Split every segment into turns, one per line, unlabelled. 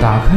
打开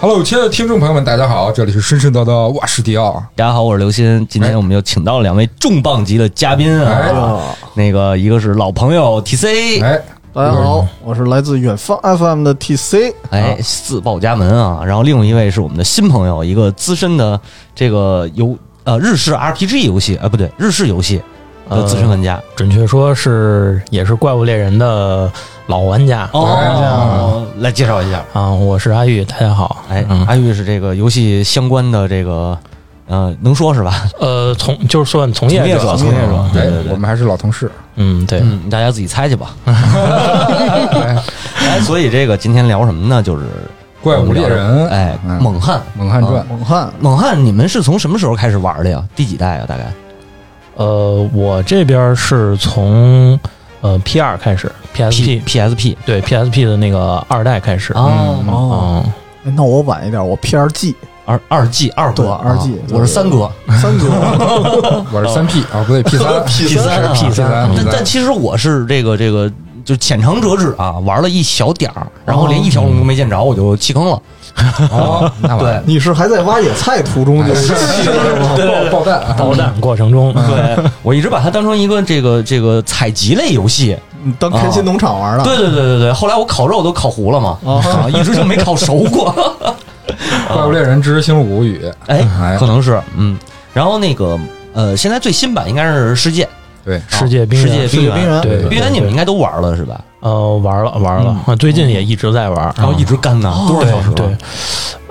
Hello，亲爱的听众朋友们，大家好，这里是神神叨叨，我是迪奥。
大家好，我是刘鑫。今天我们又请到了两位重磅级的嘉宾啊，那个一个是老朋友 T C，
哎，
大家好，我是来自远方 FM 的 TC。
啊
哎，自报家门啊。然后另一位是我们的新朋友，一个资深的这个游呃日式 RPG 游戏，啊，不对，日式游戏
呃
的资深玩家。
准确说是也是怪物猎人的老玩家
哎
哦，来介绍一下。
啊，我是阿玉，大家好。
哎，
嗯
阿玉是这个游戏相关的这个呃，能说是吧？
呃，从就是算从业
从业者从业者
哎
对对，对
我们还是老同事，
嗯，对，
嗯，大家自己猜 去吧。哎，所以这个今天聊什么呢？就是
《怪物猎人》
哎，
嗯
猛汉。
猛汉传》
啊猛汉，
猛汉，你们是从什么时候开始玩的呀？第几代啊？大概？
呃，我这边是从呃 P 二开始
P
，PSP
P S P
对 PSP 的那个二代开始。
哦
嗯
哦
嗯
哎那我晚一点，我 PRG
二二 G 二哥
对二 G，
啊我是三哥。
三 哥，
我是三 P 啊，不对，P 三
哦 P 三啊
P 三
但但其实我是这个这个就浅尝辄止啊，玩了一小点儿，然后连一条龙都没见着，我就弃坑了。
哦，那完了
你是还在挖野菜途
哎
中
哎
就
爆爆弹啊，
爆弹嗯过程中，
对， 我一直把它当成一个这个这个采集类游戏。
你当开心农场玩
哦
了？
对对对对对，后来我烤肉都烤糊了嘛，啊，一直就没烤熟过。
《怪物猎人之星露谷雨》
哎
哎，
可能是嗯。然后那个呃，现在最新版应该是世界
对，
世界冰
啊哦世
原
界
世
冰
界冰
原。
原，
对，
冰
对
原你们应该都玩了是吧？
呃玩了玩了，啊最近也一直在玩，
然后
嗯
嗯哦一直干呢，啊多少小时？
对，对，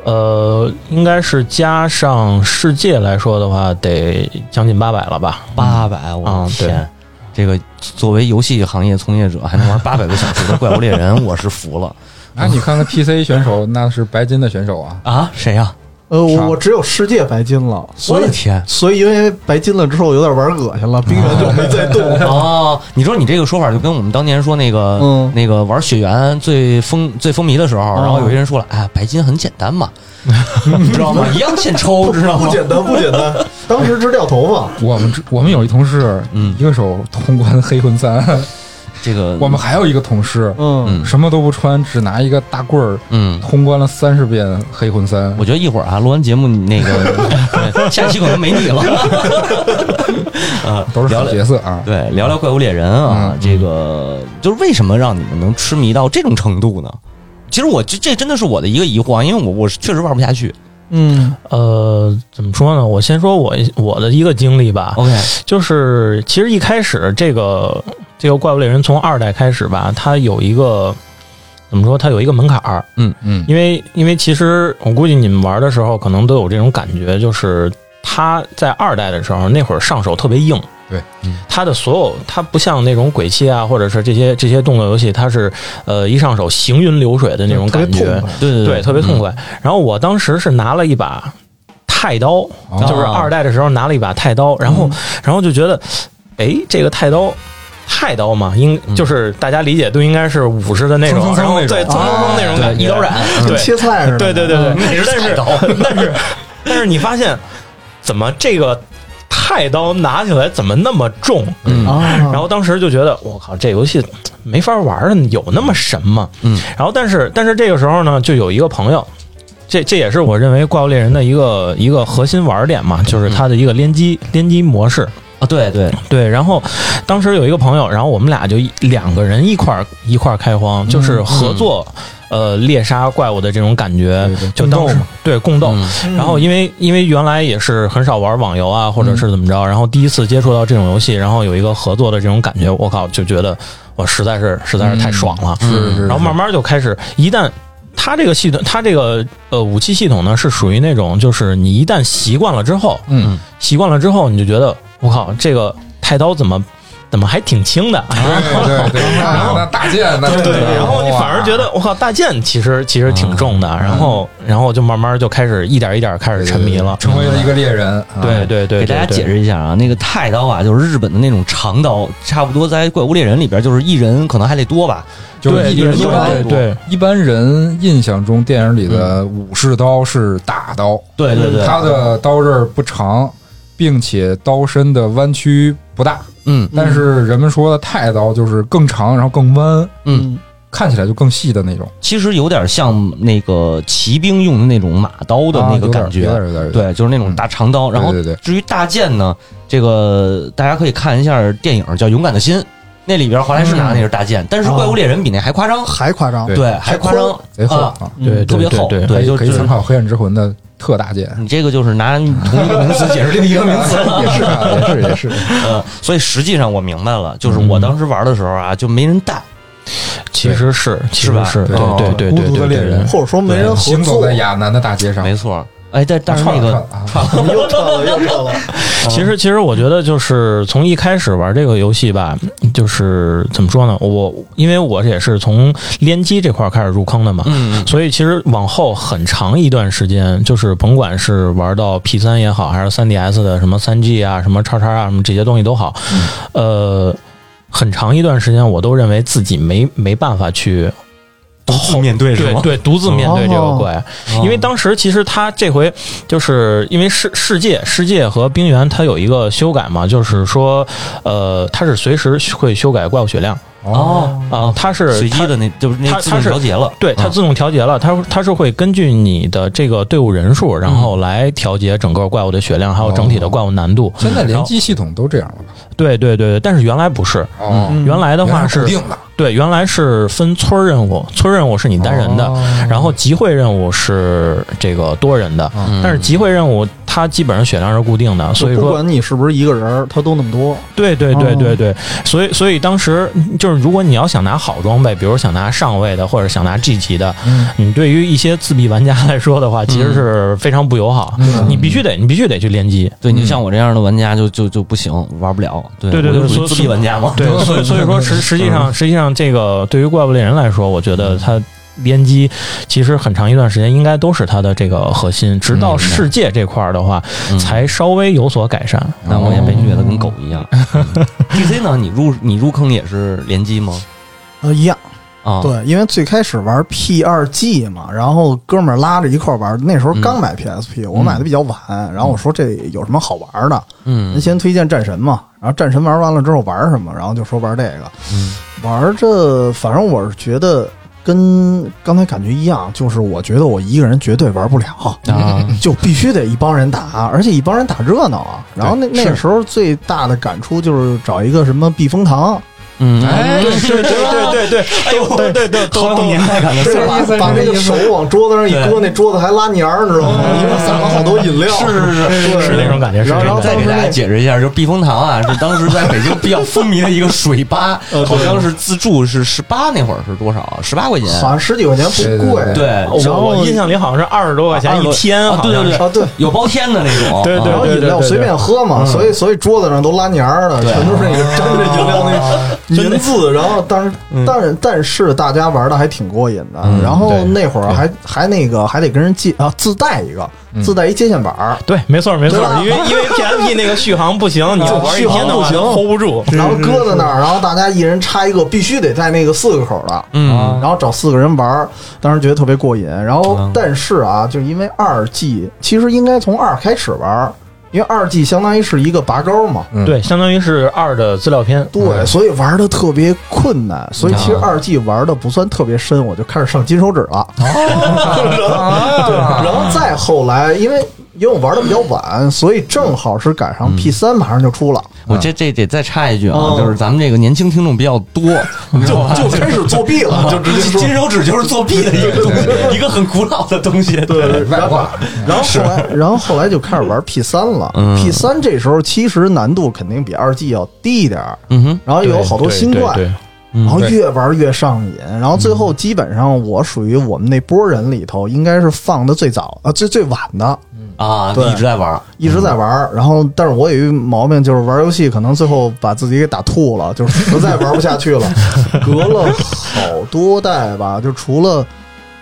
呃，应该是加上世界来说的话，得将近八百了吧？
八百，我的
嗯对
天！这个作为游戏行业从业者，还能玩八百个小时的《怪物猎人》，我是服 了
那你看看 PC 选手，那是白金的选手啊，
啊！谁呀、
呃，
啥
我我只有世界白金了，
我
所
的
以
天！
所以因为白金了之后有点玩恶心了，
嗯
冰原就没再 动。
哦，你说你这个说法就跟我们当年说那个、
嗯
那个玩雪原最风最风靡的时候，然后
嗯
有些人说了，哎，白金很简单 嘛，你知道吗？一样欠抽，知道
不
吗？
简单，不简单！当时直掉头发，
我们这我们有一同事，
嗯
一个手通关《黑魂三》，
这个
我们还有一个同事，
嗯，
嗯
什么都不穿，只拿一个大棍儿
嗯。
通关了三十遍《黑魂三》。
我觉得一会儿啊，录完节目你那个 对下期可能没你了，啊，
都是
聊
好
聊
角色啊。
对，聊聊《怪物猎人》啊，
嗯
这个就是为什么让你们能痴迷到这种程度呢？其实我这这真的是我的一个疑惑啊，因为我我是确实玩不下去。
嗯，
呃，怎么说呢？我先说我我的一个经历吧，
OK，
就是其实一开始这个这个怪物猎人从二代开始吧，它有一个怎么说？它有一个门槛儿，
嗯，
因为因为其实我估计你们玩的时候可能都有这种感觉，就是它在二代的时候那会儿上手特别硬，
对
嗯，
它的所有它不像那种鬼泣啊，或者是这些这些动作游戏，它是呃一上手行云流水的那种感
特别
觉
痛，快
对对
对，特别痛快。然后我当时是拿了一把太刀，
哦
就是二代的时候拿了一把太刀，然后然后就觉得，哎，这个太刀。太刀嘛，应
嗯
就是大家理解都应该是武士的那种
蹭蹭，
啊
蹭
然后
那种
对蹭蹭蹭那种
对
感觉，嗯
一刀斩，
跟
对
切菜似的。
对对对对，
那是菜刀，
但是但是你发现怎么这个菜刀拿起来怎么那么重？
嗯
啊，
然后当时就觉得我靠，这游戏没法玩了，有那么神吗？
嗯，
然后但是但是这个时候呢，就有一个朋友，这这也是我认为《怪物猎人》的一个一个核心玩点嘛，就是它的一个联机联机模式。
嗯啊，对对，
对，然后当时有一个朋友，然后我们俩就一两个人一块儿一块儿开荒，
嗯
就是合作。呃，猎杀怪物的这种感觉，就当时对共斗，
嗯
然后因为因为原来也是很少玩网游啊，或者是怎么
嗯
着，然后第一次接触到这种游戏，然后有一个合作的这种感觉，我靠，就觉得我实在是实在是太爽了。
嗯
是
嗯然后慢慢就开始，一旦它这个系统，它这个呃武器系统呢，是属于那种就是你一旦习惯了之后，
嗯，
习惯了之后，你就觉得我靠，这个太刀怎么怎么还 挺轻的。
对对对，那那大剑那真的
嗯然后你反而觉得我靠，大剑其实其实挺重的，
嗯
然后然后就慢慢就开始一点一点开始沉迷了，
成为了一个猎人。啊
对对对，
给大家
对
解。释一下啊，那个太刀啊，就是日本的那种长刀，差不多在《怪物猎人》里边，就是一人可能还得多吧，
就是
对
一人
对
一般
对对
一般人印象中电影里的武士刀是大刀，
对对对，
它的刀刃不长，并且刀身的弯曲不大。
嗯
但是人们说的太刀就是更长，然后更弯，
嗯，
看起来就更细的那种
其实有点像那个骑兵用的那种马刀的那个感觉，
啊有点有点有点有点
对，就是那种大长刀。然后
对对对
至于大剑呢，这个大家可以看一下电影叫《勇敢的心》，那里边华莱士拿的那是大剑，但是《怪物猎人》比那还夸张，
还夸张，
对
对，哦还夸张，
贼厚
啊
啊！
对
特别厚，
对对
可以
就
可
是
以参考《黑暗之魂》的特大 剑，
你这个就是拿同一个名词解释另一个名 词，
也是啊，也是也是。
呃，所以实际上我明白了，就是我当时玩的时候啊，就没人带，
其实是，其实是，
对
对
嗯
对
对对，
孤
对
独的猎人
或者说 没人合
行走
作
在，亚南的大街上，
没错。哎，但但是
串
那
了
个
串了 啊
又撤了又撤了，
其实，其实我觉得就是从一开始玩这个游戏吧，就是怎么说呢？我因为我也是从联机这块儿开始入坑的嘛，
嗯，
所以其实往后很长一段时间，就是甭管是玩到 P 三也好，还是 3DS 的什么 3G 啊、什么叉叉啊、什么这些东西都好，
嗯
呃，很长一段时间我都认为自己没没办法去
独自面哦对
对对独自面对这
哦
个怪，因为当时其实他这回就是因为世世界世界和冰原它有一个修改嘛，就是说，呃，它是随时会修改怪物血量
哦
啊，它是
随机的那就是那
它
自动
它是
调节了，
对它
啊
自动调节了，它它是会根据你的这个队伍人数，然后来调节整个怪物的血量，还有整体
哦
的怪物难度。
现在联机系统都这样了吧？
对对对对，但是原来不是，
哦，
嗯
嗯
原来嗯的话
原
是
来固定的，
对，原来是分村儿任务，村儿任务是你单人的，然后集会任务是这个多人的。
嗯
但是集会任务它基本上血量是固定的，所以
不
说
管你是不是一个人儿，他都那么多，
对对对对对，所以所以当时就是如果你要想拿好装备，比如想拿上位的或者想拿 G 级的，你对于一些自闭玩家来说的话，其实是非常不友好。
嗯
你必须得你必须得去联机，
对你像我这样的玩家就就就不行，玩不了。嗯对
对对
我就
对
属于
所以
自闭玩家嘛。
对，所以所以说实实际上实际上这个对于怪物猎人来说，我觉
嗯
得它。联机其实很长一段时间应该都是它的这个核心，直
嗯
到世界这块儿的话，
嗯
才稍微有所改善。
那我也被虐的跟狗一样。D C 呢？你入你入坑也是联机吗？
呃，一样。
啊，
对，因为最开始玩 P 二 G 嘛，然后哥们儿拉着一块儿玩，那时候
嗯
刚买 PSP，、我买的比较晚，然后我说这有什么好玩的？
嗯
您先推荐战神嘛，然后战神玩完了之后玩什么，然后就说玩这个，
嗯
玩这反正我是觉得跟刚才感觉一样，就是我觉得我一个人绝对玩不了。
啊，
就必须得一帮人打，而且一帮人打热闹啊。然后那那个时候最大的感触就是找一个什么避风塘，
嗯，
哎，
对对对对对，哎呦，对对对，好有年代感的事儿啊。
把那个手往桌子上一搁，那桌子还拉黏儿，你知道吗？里面撒了好多饮料，
嗯是是是
对
是那种感觉是
然后然
这种
后
再
当
给
时
大家
那
解释一下，就是避风塘啊，是当时在北京比较风靡的一个水吧，好像是自助是十八那会儿是多少？啊十八块钱。
好像十几块钱不贵，
对，
我我印象里好像是二十多块钱一天，
啊
好
对
像
对对
啊对。
有包天的那种。啊
对对嗯
然 后饮料随便喝嘛，所以所以桌子上都拉黏儿的，全都是那个沾着饮料 那个银字。然后当时，
嗯
但但是大家玩的还挺过瘾的。然后那会儿还还那个还得跟人借啊，自带一个
嗯
自带一接线板儿，
对，没错没错
对吧，
因为因为 PSP 那个续航不行，你要玩一天的话
续航不行
hold 不住。
然后搁在那
嗯
儿，然后大家一人插一个，必须得带那个四个口的。
啊
嗯，
啊
然后找四个人玩儿，当时觉得特别
嗯
过瘾。然后，但是啊，就因为二 G，其实应该从二开始玩儿，因为二 G 相当于是一个拔高嘛，
嗯
对，相当于是二的资料片。
对，所以玩的特别困难，所以其实
啊
二 G 玩的不算特别深，我就开始上金手指了。
啊
对，然后再后来，因为因为我玩的比较晚，所以正好是赶上 P 三马上就出了，
我这这得再插一句啊
嗯，
就是咱们这个年轻听众比较多，
就就开始作弊了，啊就直接说
金手指就是作弊的一个东西，一个很古老的东西。
对对，
外
然后
挂啊
然后后来，然后后来就开始玩 P 三了。P 三这时候其实难度肯定比二 G 要低一点儿，
嗯哼，
然后又有好多
对
新
对
怪，
对对
然后
对
越玩越上瘾，然后最后基本上我属于我们那波人里头应该是放的最早啊最最晚的，
啊，
对
一直在玩儿，
一直在玩儿。然后但是我有一毛病，就是玩游戏可能最后把自己给打吐了，就是实在玩不下 去了。隔了好多代吧，就除了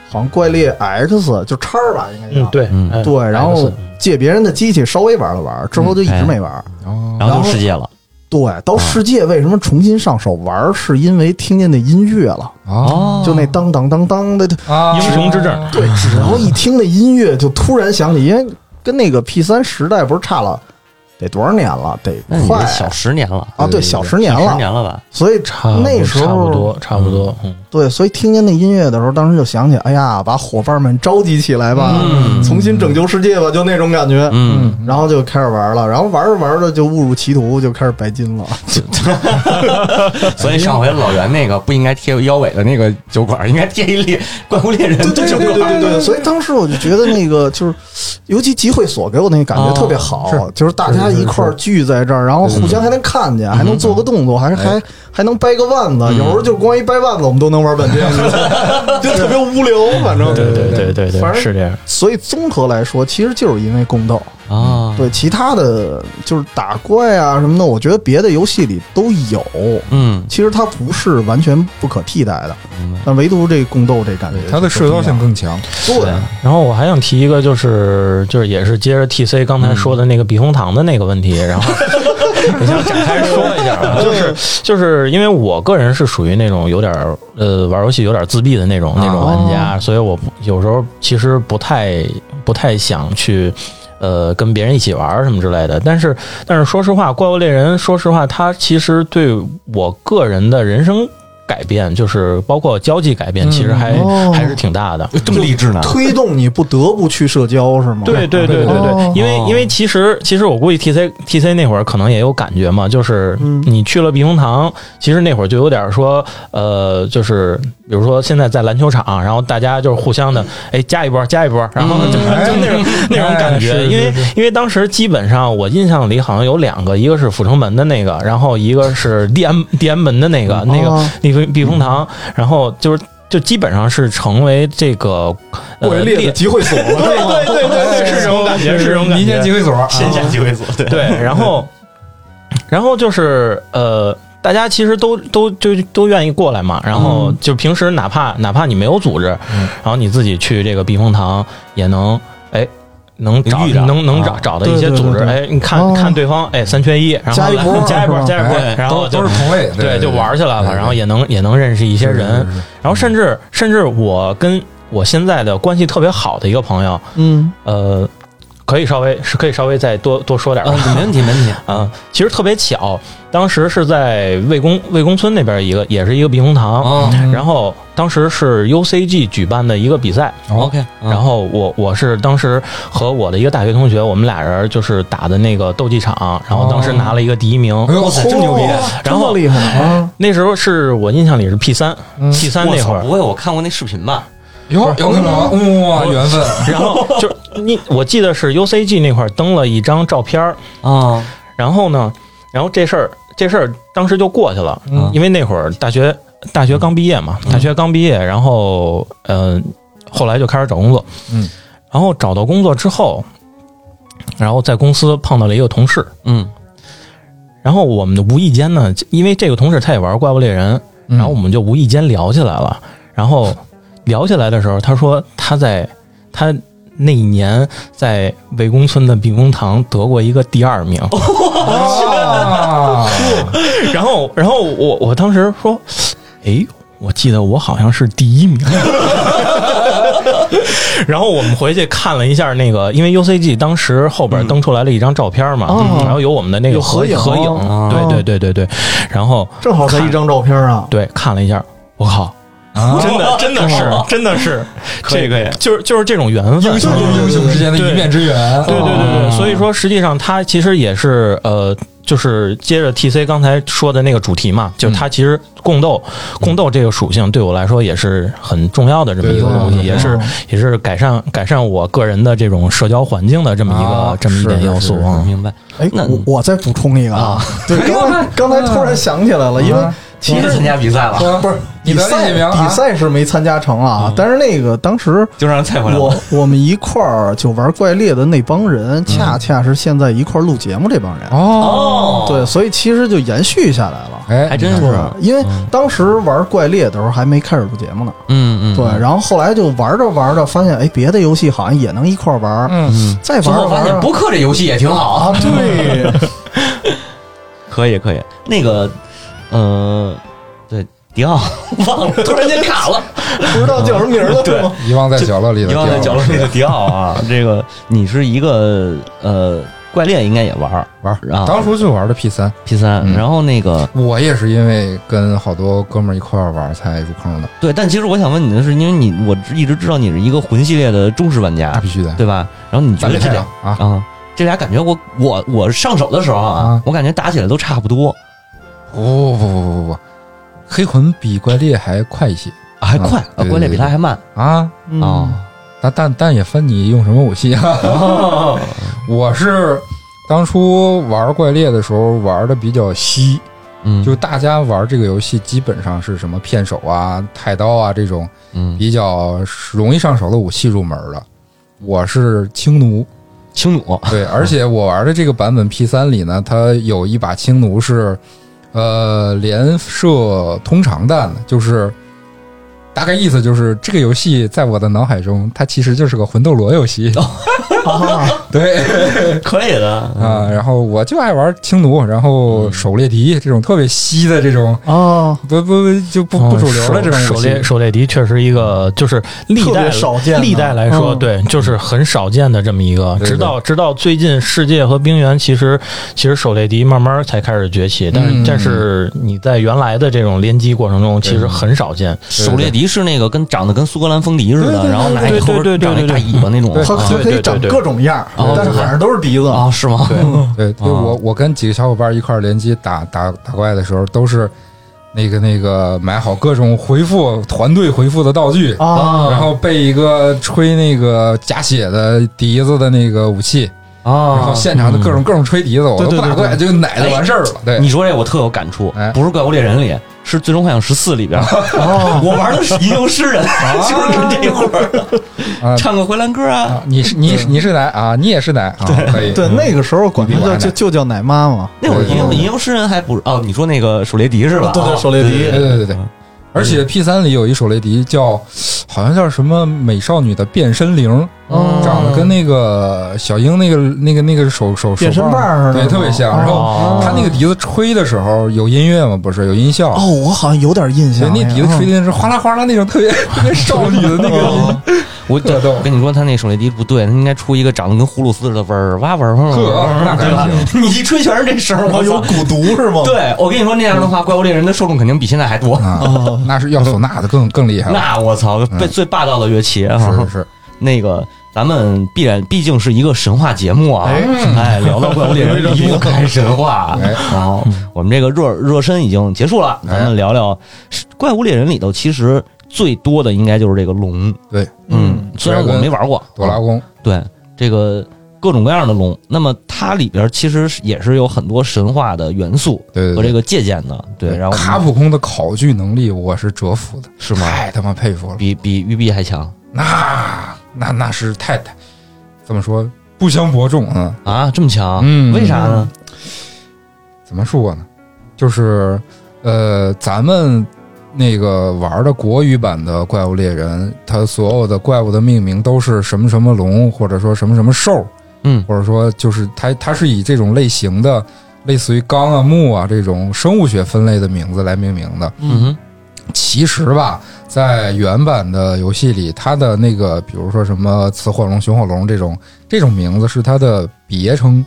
好像怪猎 X 啊就叉儿吧，应该叫、
嗯对
嗯
哎
对，然后
X
借别人的机器稍微玩了玩，之后就一直没玩。
嗯
哦，
然后就世界了。
对，到世界为什么重新上手玩，是因为听见那音乐了，
哦
就那当当当当的，
啊
英雄之证，
对，然后一听那音乐就突然想起，因为跟那个 P 三时代不是差了得多少年了，得
那你
快
这小十年了，
啊，对，小十年
小十
了，
年了吧？
所以
差不
那时候
差不多差不多，嗯，
对，所以听见那音乐的时候，当时就想起，哎呀，把伙伴们召集起来吧，重新拯救世界吧，就那种感觉。
嗯，
然后就开始玩了，然后玩着玩着就误入歧途，就开始白金了。
所以上回老袁那个不应该贴腰尾的那个酒馆，应该贴一猎怪物猎人的酒馆。
对对，所以当时我就觉得那个就是，尤其集会所给我那个感觉特别好，啊就是大家一块儿聚在这儿，然后互相还能看见，还能做个动作，还还还能掰个腕子，有时候就光一掰腕子，我们都能玩半 天，就特别无聊，反正。
对对对对
反正
对，是这样。
所以综合来说，其实就是因为宫斗。
啊，
对其他的，就是打怪啊什么的，我觉得别的游戏里都有。
嗯，
其实它不是完全不可替代的，但唯独这宫斗这感觉，
它的社交性更强，
对，
然后我还想提一个，就是就是也是接着 T C 刚才说的那个避风塘的那个问题，然 后你想展开说一下啊，就是就是因为我个人是属于那种有点儿呃玩游戏有点自闭的那种那种玩家，所以我不有时候其实不太不太想去。呃，跟别人一起玩儿什么之类的，但是，但是说实话，《怪物猎人》，说实话，它其实对我个人的人生改变，就是包括交际改变，其实还、
哦
还是挺大的。
这么励志呢？
推动你不得不去社交是吗？
对对对对
哦
对，因为
哦
因为其实其实我估计 T C T C 那会儿可能也有感觉嘛，就是
嗯
你去了避风塘，其实那会儿就有点说，呃，就是比如说现在在篮球场，然后大家就是互相的，哎，加一波加一波，然后就就那种那种感
嗯哎
觉，
是
因为
是
因为当时基本上我印象里好像有两个，一个是阜成门的那个，然后一个是地安地安门的那个
啊
那个
哦
避风避风塘，然后就是。就基本上是成为这个呃
怪猎的集 会所 了，
对对对对对，是这种感 觉，是这种感觉。
民间集会所，
线下机会所对
对，然后， 然后就是呃。大家其实都都就都愿意过来嘛，然后就平时哪怕哪怕你没有组织，然后你自己去这个避风塘也能哎能找
遇着
能能找找到一些
对对
组织，
对对
哎你看
哦
看对方哎三缺一，然后
加一波
来 加一
是
波
吧
加一波
哎，
然后
都
就
都是同类，
对就玩起来了，
对
然后也能也能认识一些
是
人，
是是
然后甚至甚至我跟我现在的关系特别好的一个朋友，
嗯，
呃，可以稍微是可以稍微再多多说点儿吧。
啊，没问题，没问题。
嗯
啊，其实特别巧，当时是在魏公魏公村那边一个，也是一个避风塘。
哦
啊
然后当时是 UCG 举办的一个比赛，
，OK，
哦
然后我我是当时和我的一个大学同学，我们俩人就是打的那个斗技场，然后当时拿了一个第一名。
哎呦，真牛逼！
哦这么厉害嗯啊！
那时候是我印象里是 P 三、P 三
我
那会
操，
儿
不，会我看过那视频吧？
有有可能，哇，缘分，
哦然后就是你，我记得是 UCG 那块儿登了一张照片儿，
啊，
然后呢，然后这事儿这事儿当时就过去了，
嗯
因为那会儿大学大学刚毕业嘛，大学刚毕业，然后嗯、呃，后来就开始找工作，
嗯，
然后找到工作之后，然后在公司碰到了一个同事，
嗯，
然后我们无意间呢，因为这个同事他也玩怪物猎人，
嗯
然后我们就无意间聊起来了，然后聊起来的时候，他说他在他。那一年在魏公村的避风塘得过一个第二名，
啊，
然后，然后我我当时说，哎，我记得我好像是第一名， 然后我们回去看了一下那个，因为 UCG 当时后边登出来了一张照片嘛，
哦
然后有我们的那个
有合影
合
哦
影，对对对对对，然后
正好才一张照片啊，
对看了一下，我靠，
啊，
真的真的是真的是这个，就是就是这种缘分，嗯
英雄与英雄之间的一面之缘， 哦
对对对对，所以说实际上它其实也是呃，就是接着 T C 刚才说的那个主题
嗯
嘛，就是它其实共斗共斗这个属性对我来说也是很重要的这么一个东
哦
西，
对对对哦
也是也是改善改善我个人的这种社交环境的这么一
啊
个这么一点要素啊。
明白？
哎，
那
我我再补充一个啊，对，刚才刚才突然想起来了，因为
啊
其
去
实
参加比赛了，
对，
不是
啊你
比
得
赛
列名啊
比赛是没参加成啊，但是那个当时
就让人菜回来
我
了。
我们一块儿就玩怪猎的那帮人，恰恰是现在一块儿录节目这帮人，
哦，
对，所以其实就延续下来了。
哎，
还真
是
是，
因为当时玩怪猎的时候还没开始录节目呢，
嗯嗯，
对，然后后来就玩着玩着发现，哎，别的游戏好像也能一块儿玩，
嗯，
再玩
最
着
后
玩
发现
着
播客这游戏也挺好，
啊，对，
可以可以。那个，呃，对，迪奥 忘了，突然间 卡了，
不知道叫什么名儿了，对吗？
遗忘在角落里的
遗忘在角
落
落里的迪奥 啊。这个你是一个呃怪猎，应该也玩儿
玩儿，
啊
当初就玩的 P 三，
P 三，
嗯
然后那个
我也是因为跟好多哥们儿一块儿玩儿才入坑的，
对，但其实我想问你的是，因为你我一直知道你是一个魂系列的忠实玩
那
家
必，须的，
啊对吧？然后你
嗯
觉
咱
得
们
这
这样
俩
啊，
啊，这俩感觉我我我上手的时候啊
啊，
我感觉打起来都差不多，
哦不不不不不不，黑魂比怪猎还快一些
啊还快，啊
嗯对对
怪猎比他还慢
啊，
啊。
但但但也分你用什么武器啊。
哦
我是当初玩怪猎的时候玩的比较稀，
嗯，
就大家玩这个游戏基本上是什么片手啊、太刀啊这种
嗯，
比较容易上手的武器入门了。我是轻弩，
轻弩，
对，而且我玩的这个版本 P 三里呢，它有一把轻弩是，呃，连射通常弹的，就是大概意思就是这个游戏在我的脑海中，它其实就是个魂斗罗游戏，
啊，
对
哎可以的
啊、然后我就爱玩轻弩，然后狩猎敌这种特别稀的这种，
哦，
不不不就不不主流的这种
手
游
哦猎
戏。
手猎敌确实一个就是历
特
代
别少见的
历代来说，
嗯
对，就是很少见的这么一个。
对对
直到直到最近，世界和冰原其实其实手猎敌慢慢才开始崛起，但是
嗯
但是你在原来的这种联机过程中，其实很少见。
狩猎敌是那个跟长得跟苏格兰风笛似
对对
的，
对
然后拿一
对对
后
对
边长
对
一
对
大
对
尾巴那种
对
它
啊
它可以
对
长
对对
各种样儿，
哦
但是反正都是 鼻子。
啊，是吗？
对，对
啊
我我跟几个小伙伴一块儿联机打打打怪的时候，都是那个那个买好各种回复团队回复的道具，
啊，
然后备一个吹那个加血的笛子的那个武器，然
啊
后，现场的各种各种吹笛子，我都不
嗯对对
打
对哎
怪，就奶就完事儿了。对，
你说这我特有感触
哎，
不是《怪物猎人》里，是《最终幻想十四》里边，
哦
我玩的是吟游诗人， 就是跟这一会儿
啊
唱个回蓝歌啊。
啊你是你是你是奶啊，你也是奶啊，可以。
对，那个时候管它
你比我
叫
还
就
奶
就叫奶妈嘛。
那会儿
对
吟游吟游诗人还不是哦，你说那个狩猎敌是吧？
对对，
啊
狩猎
对
笛
对对对。而且 P 三里有一手雷笛叫，好像叫什么美少女的变身铃，
哦
长得跟那个小樱那个那个那个手手
变身
手
棒儿似的，
对，特别像。然后
哦
他那个笛子吹的时候有音乐嘛，不是有音效？
哦，我好像有点印
对
象。，
那笛子吹
哎呀
的是哗啦哗啦那种特别
哦
特别少女的 那个音，
我对
特逗
我跟你说，他那狩猎敌不对，他应该出一个长得跟葫芦丝似的，嗡儿哇嗡儿嗡儿，嗡
呵那哎
儿
还
对吧？ 你一吹全是这声儿，
哦
我
有
操！
蛊毒是吗？
对我跟你说，那样的话，怪物猎人的受众肯定比现在还多。
哦
啊，那是要唢呐的更更厉害了，
那我操，被最霸道的乐器啊！
是是是，
那个咱们必然毕竟是一个神话节目啊，哎，聊到怪物猎人离不开神话。
哎
然后我们这个热热身已经结束了，咱们聊聊怪物猎人里头，呃其实最多的应该就是这个龙。
对，
嗯，虽然我没玩过，
朵拉宫，
对这个各种各样的龙，那么它里边其实是也是有很多神话的元素
对
和这
对
个借鉴的。对，然后我们
卡普空的考据能力我是折服的，
是吗？
太他妈佩服了，
比比玉璧还强
那那那是太太怎么说不相伯仲啊？
啊，这么强？
嗯
为啥呢？
怎么说呢？就是呃，咱们那个玩的国语版的《怪物猎人》，它所有的怪物的命名都是什么什么龙，或者说什么什么兽，
嗯
或者说就是它它是以这种类型的，类似于纲啊、木啊这种生物学分类的名字来命名的。
嗯哼
其实吧，在原版的游戏里，它的那个比如说什么雌火龙、雄火龙这种这种名字是它的别称，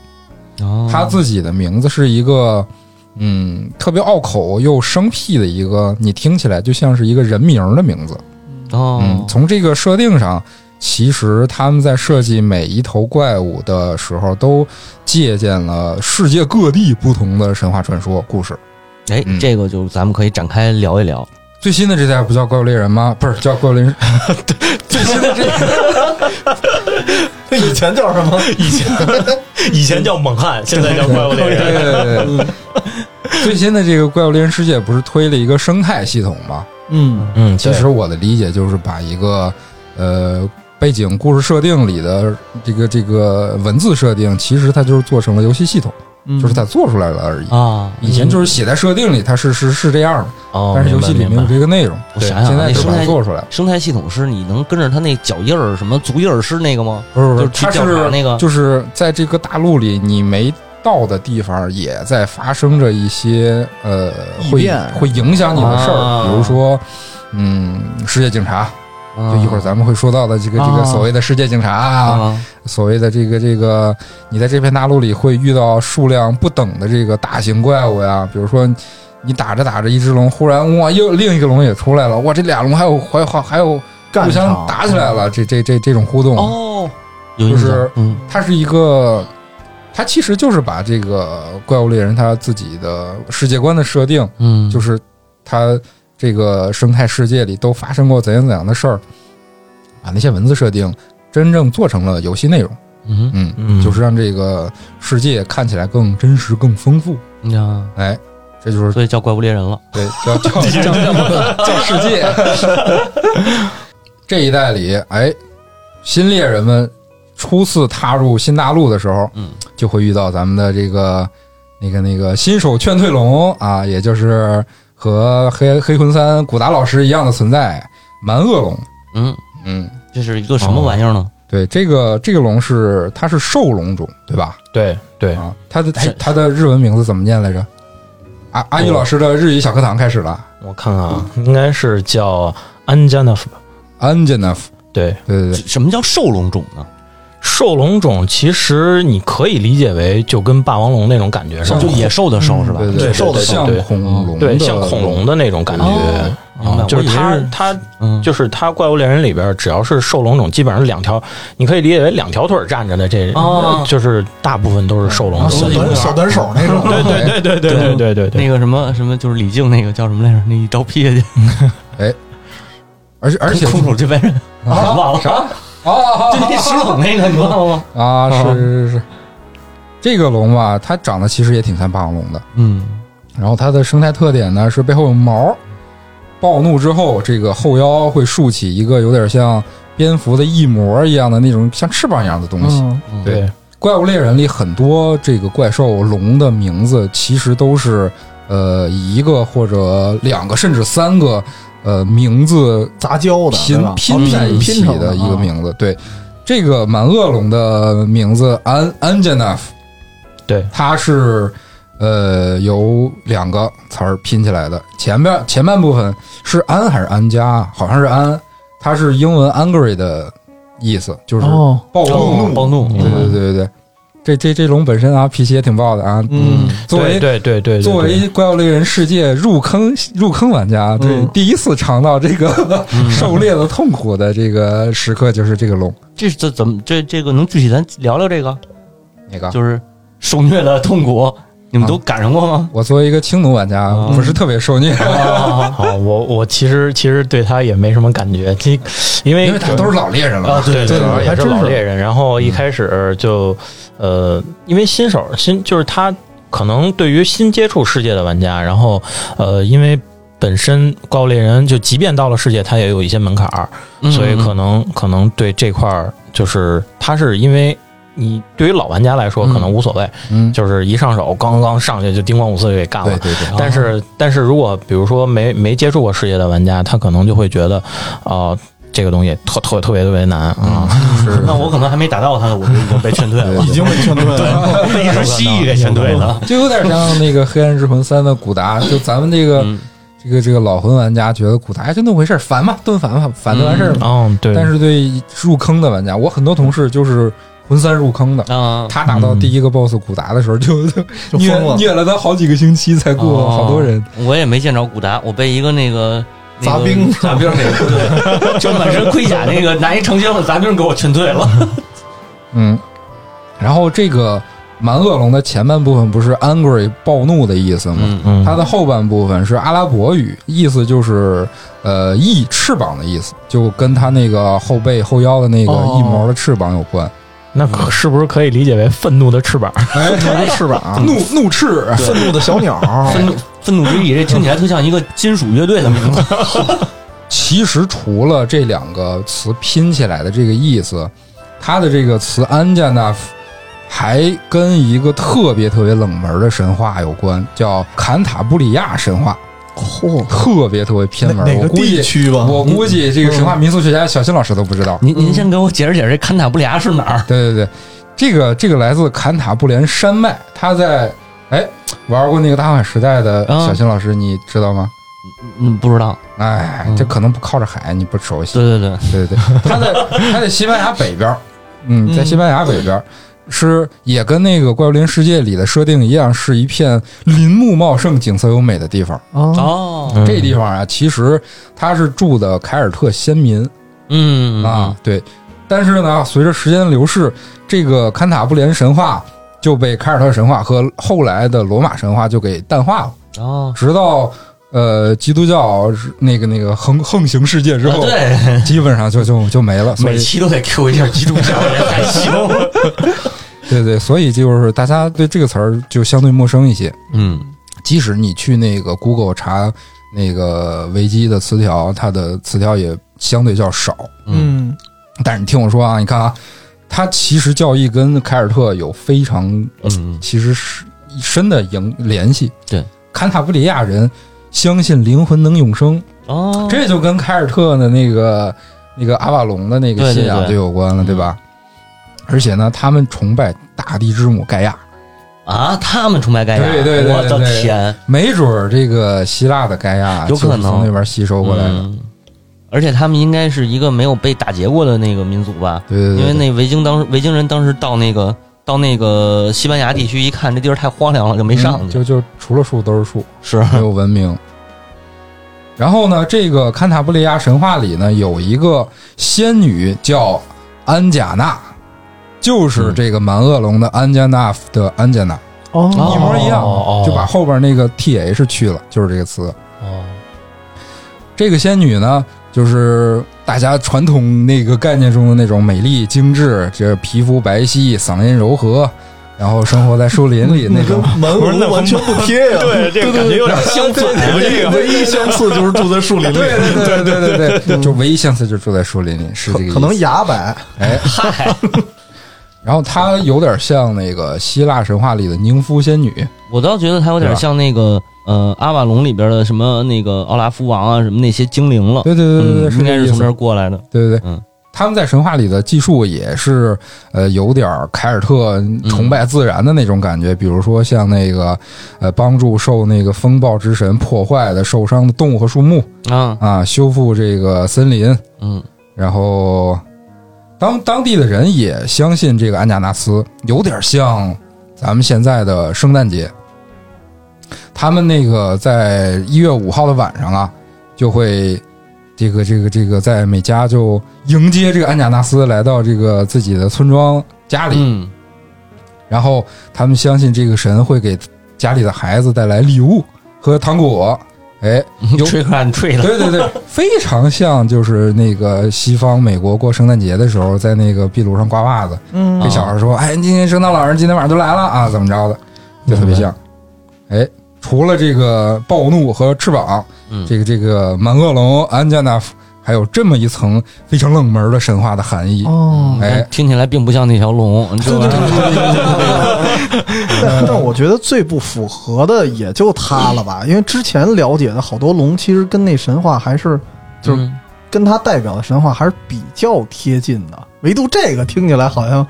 哦
它自己的名字是一个嗯特别拗口又生僻的一个，你听起来就像是一个人名儿的名字。嗯
哦，，
从这个设定上，其实他们在设计每一头怪物的时候，都借鉴了世界各地不同的神话传说故事。
哎
嗯，
这个就咱们可以展开聊一聊。
最新的这代不叫怪物猎人吗？不是叫怪物猎人，最新的这
那以前叫什么？
以前以前叫猛汉，现在叫怪物猎
对
人。
对对 对，最新的这个怪物猎人世界不是推了一个生态系统吗？
嗯，
嗯，
其实我的理解就是把一个呃背景故事设定里的这个这个文字设定，其实它就是做成了游戏系统，
嗯
就是它做出来了而已。
嗯啊，
以前就是写在设定里，它是是是这样的，
哦，
但是游戏里
明
没
白
有
明白
这个内容。
我
对，
想想啊
现在
那
就
生
把它
态
做出来了。
生态系统是你能跟着它那脚印儿、什么足印儿是那个吗？
不是不，
就是去
它
调
是
查那个
就是在这个大陆里，你没到的地方也在发生着一些呃，
异
会
变
会影响你的事儿，
啊
比如说，嗯，世界警察，就一会儿咱们会说到的这个这个
啊
所谓的世界警察啊，
啊，
所谓的这个这个，你在这片大陆里会遇到数量不等的这个大型怪物呀，比如说。你打着打着，一只龙忽然哇，又另一个龙也出来了，哇，这俩龙还有还有还有
干
互相
场
打起来了，这这这这种互动，
哦，有
就
印象
是
嗯
它是一个，它其实就是把这个怪物猎人他自己的世界观的设定，
嗯，
就是是它这个生态世界里都发生过怎样怎样的事儿，把那些文字设定真正做成了游戏内容，
嗯
嗯，
嗯
就是让这个世界看起来更真实、更丰富，
呀，
哎。这就是
嗯啊所以叫怪物猎人了。
对叫 叫叫叫叫世界，这一代里，哎，新猎人们初次踏入新大陆的时候，
嗯，
就会遇到咱们的这个那个那个新手劝退龙啊，也就是和黑黑魂三古达老师一样的存在，蛮恶龙。
嗯，
嗯，
这是一个什么玩意儿呢？
对，这个这个龙是它是兽龙种，对吧？
对对，
啊，它的
是
它的日文名字怎么念来着？阿阿玉老师的日语小课堂开始了
我看看啊，应该是叫安加纳夫吧？
，Angenaf，
对，
对对对，
什么叫兽龙种呢？
兽龙种其实你可以理解为就跟霸王龙那种感觉似
像
的，
就野兽的兽是吧？
对
对
兽
兽的
像
对
恐龙的，
对，像恐龙的那种感觉。
哦明白
啊，就是
我以为
它
是，
它
嗯，
就是它《怪物猎人》里边，只要是兽龙种，基本上两条，你可以理解为两条腿站着的这，
哦
就是大部分都是兽龙
啊小
种。
短小短手那种，
对对对对对对对对对，
那个什么什么，就是李靖那个叫什么来着？那一招劈 下去，
而且而且
空手接白刃，
啊
忘了
啥啊
就那石桶那个，你知道吗？
啊是是是，这个龙吧，它长得其实也挺像霸王龙的，
嗯，
然后它的生态特点呢是背后有毛，暴怒之后这个后腰会竖起一个有点像蝙蝠的翼膜一样的那种像翅膀一样的东西。
嗯
对
怪物猎人里很多这个怪兽龙的名字其实都是呃一个或者两个甚至三个呃名字
杂交的
拼
对吧
哦拼在一起的
啊
啊一个名字。对，这个满恶龙的名字安安杰纳夫，
对，
它是呃由两个词儿拼起来的。前边前半部分是安还是安家？好像是安，它是英文 angry 的意思，就是
哦，
暴
暴
怒。
暴怒，
对对对对对，这这这龙本身啊，脾气也挺暴的啊。
嗯，
作为
对对对，
作为怪物猎人世界入坑入坑玩家，啊对、
嗯
第一次尝到这个 狩猎的痛苦的这个时刻，就是这个龙
这这怎么这这个能具体咱聊聊这个？
啊那个。
就是受虐的痛 苦，你们都
啊
赶上过吗？
我作为一个轻弩玩家，
啊
不是特别受虐，
好，啊我我其实其实对他也没什么感觉，这因为
因为他都是老猎人了。
啊，对
对
主要
对
也
还
是
真
老
是
猎人。然后一开始就呃，因为新手新就是他可能对于新接触世界的玩家，然后呃，因为本身怪物猎人就即便到了世界，他也有一些门槛儿，
嗯
所以可能可能对这块儿就是他是因为。你对于老玩家来说可能无所谓，
嗯，
就是一上手，刚刚上去就叮咣五四就给干了
哦对。对对，
但是，但是如果比如说没没接触过世界的玩家，他可能就会觉得，哦、这个东西特特特别特别难啊。
嗯是
嗯那我可能还没打到他，我就已经被劝退 了，
已经被劝退 了。
被一只蜥蜴给劝退了。
就有点像那个《黑暗之魂三》的古达，就咱们这个
嗯
这个这个老魂玩家觉得苦他，哎，就那么回事儿，烦嘛，盾反嘛，反就完事儿嘛。
嗯，对。
但是对入坑的玩家，我很多同事就是魂三入坑的，
啊，
他打到第一个 BOSS 古达的时候，就
就
虐
疯了。
虐了他好几个星期才过，
哦
好多人。
我也没见着古达，我被一个那个。
杂兵
杂兵那个，对，就满身盔甲那个拿一长枪的杂兵给我劝退了。
嗯，然后这个蛮恶龙的前半部分不是 angry 暴怒的意思吗？
嗯
嗯，
它的后半部分是阿拉伯语，意思就是呃翼翅膀的意思，就跟它那个后背后腰的那个
哦
翼毛的翅膀有关。
那可是不是可以理解为愤怒的翅膀？
哎，
翅膀，
怒怒斥，
愤怒的小鸟，
愤怒愤怒之翼，这听起来特像一个金属乐队的名字。
其实除了这两个词拼起来的这个意思，它的这个词安加纳夫还跟一个特别特别冷门的神话有关，叫坎塔布里亚神话，
嚯，
特别特别偏门。
哪
我
个
估
地
计，
区嗯吧？
我估计这个神话民俗学家小新老师都不知道。
您您先给我解释解释，这坎塔布里亚是哪儿？
对对对，这个这个来自坎塔布连山脉，他在哎玩过那个大航海时代的
啊
小新老师，你知道吗？
嗯，不知道。
哎，
嗯
这可能不靠着海，你不熟悉。
对对对，
对对对， 他在他在西班牙北边儿，嗯，
嗯
在西班牙北边儿是也跟那个《怪物猎人世界》里的设定一样，是一片林木茂盛、景色优美的地方。
啊，
哦，
这地方啊，其实他是住的凯尔特先民
嗯
啊，，对。但是呢，随着时间的流逝，这个坎塔布连神话就被凯尔特神话和后来的罗马神话就给淡化了，
哦，
直到。呃，基督教是那个那个横横行世界之
啊
后，
对，
基本上就就就没了。所以
每期都得 Q 一下基督教也还行。
对对，所以就是大家对这个词儿就相对陌生一些。
嗯，
即使你去那个 Google 查那个维基的词条，它的词条也相对较少。
嗯
嗯，
但是你听我说啊，你看啊，它其实教义跟凯尔特有非常
嗯，
其实是深的影联系。
对，
坎塔布里亚人相信灵魂能永生，
哦，
这就跟凯尔特的那个那个阿瓦隆的那个
对对
信仰
对
就有关了，对吧？而且呢，他们崇拜大地之母盖亚。
啊，他们崇拜盖亚，
对对对
我的
对对
天，
没准儿这个希腊的盖亚
有可能
就是从那边吸收过来的。
嗯而且他们应该是一个没有被打劫过的那个民族吧？
对对对，
因为那维京当时维京人当时到那个到那个西班牙地区一看，这地儿太荒凉了，就没上
嗯
去。
就就除了树都是 树，
是，
没有文明。然后呢，这个堪塔布利亚神话里呢，有一个仙女叫安贾娜，
嗯
就是这个蛮恶龙的安加纳夫的安加娜，
哦
一模一样
哦，
就把后边那个 T H 去了，就是这个词。
哦
这个仙女呢，就是大家传统那个概念中的那种美丽精致，这皮肤白皙，嗓音柔和，然后生活在树林里那
那跟
种。
蛮
不是那
龙
不
完全不贴 呀，
对这个感觉有点相反啊这个
唯一相似就是住在树林里，
对对对对对对，就唯一相似就住在树林里，是这个意
可
思。
可能崖柏，
哎，
嗨，
然后它有点像那个希腊神话里的宁芙仙女，
我倒觉得他有点像那个呃阿瓦隆里边的什么那个奥拉夫王啊什么那些精灵了。
对对对对对，
嗯应该
是这个意
是从
思
这儿过来的。
对对对，
嗯
他们在神话里的技术也是呃有点儿凯尔特崇拜自然的那种感觉，比如说像那个呃帮助受那个风暴之神破坏的受伤的动物和树木
啊，
啊，修复这个森林，
嗯，
然后当当地的人也相信这个安贾纳斯，有点像咱们现在的圣诞节。他们那个在一月五号的晚上啊，就会这个这个这个在美加就迎接这个安贾纳斯来到这个自己的村庄家里，
嗯，
然后他们相信这个神会给家里的孩子带来礼物和糖果。 哎，有
吹看吹了，
对对对，非常像就是那个西方美国过圣诞节的时候，在那个壁炉上挂袜子，
嗯
给小孩说：“哎，今天圣诞老人今天晚上就来了啊，怎么着的？”就特别像。哎，除了这个暴怒和翅膀，
嗯
这个这个蛮恶龙安加纳夫还有这么一层非常冷门的神话的含义。
哦
哎
啊听起来并不像那条龙，你知道吧？
但但我觉得最不符合的也就他了吧，因为之前了解的好多龙其实跟那神话还是就是
嗯
跟他代表的神话还是比较贴近的，唯独这个听起来好像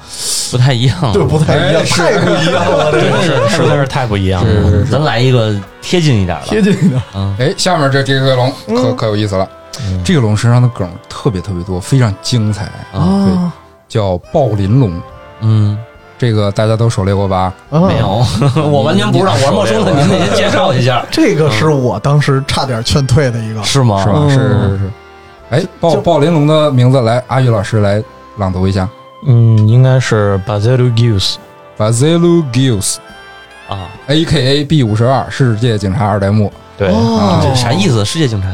不太一样。
对不太一样，太不一样了，这
真是实在是太不一样了。
是，咱来一个贴近一点的
贴。近的。
哎，下面这这个龙可可有意思了，这个龙身上的梗特别特别多，非常精彩
哦
啊
对，叫暴鳞龙，
嗯，
这个大家都狩猎过 吧？
没
啊，
有，我完全不知道，我是陌生的，您得先介绍一下，
这个是我当时差点劝退的一个。
是 吗
是吧？
嗯
是是是是。哎，暴
就
暴鳞龙的名字来，阿宇老师来朗读一下
嗯，应该是 Bazilu Gius。
b a z i l u g i u s
啊，
a k a B 五十二，世界警察二代目。
对，
哦
这啥意思？世界警察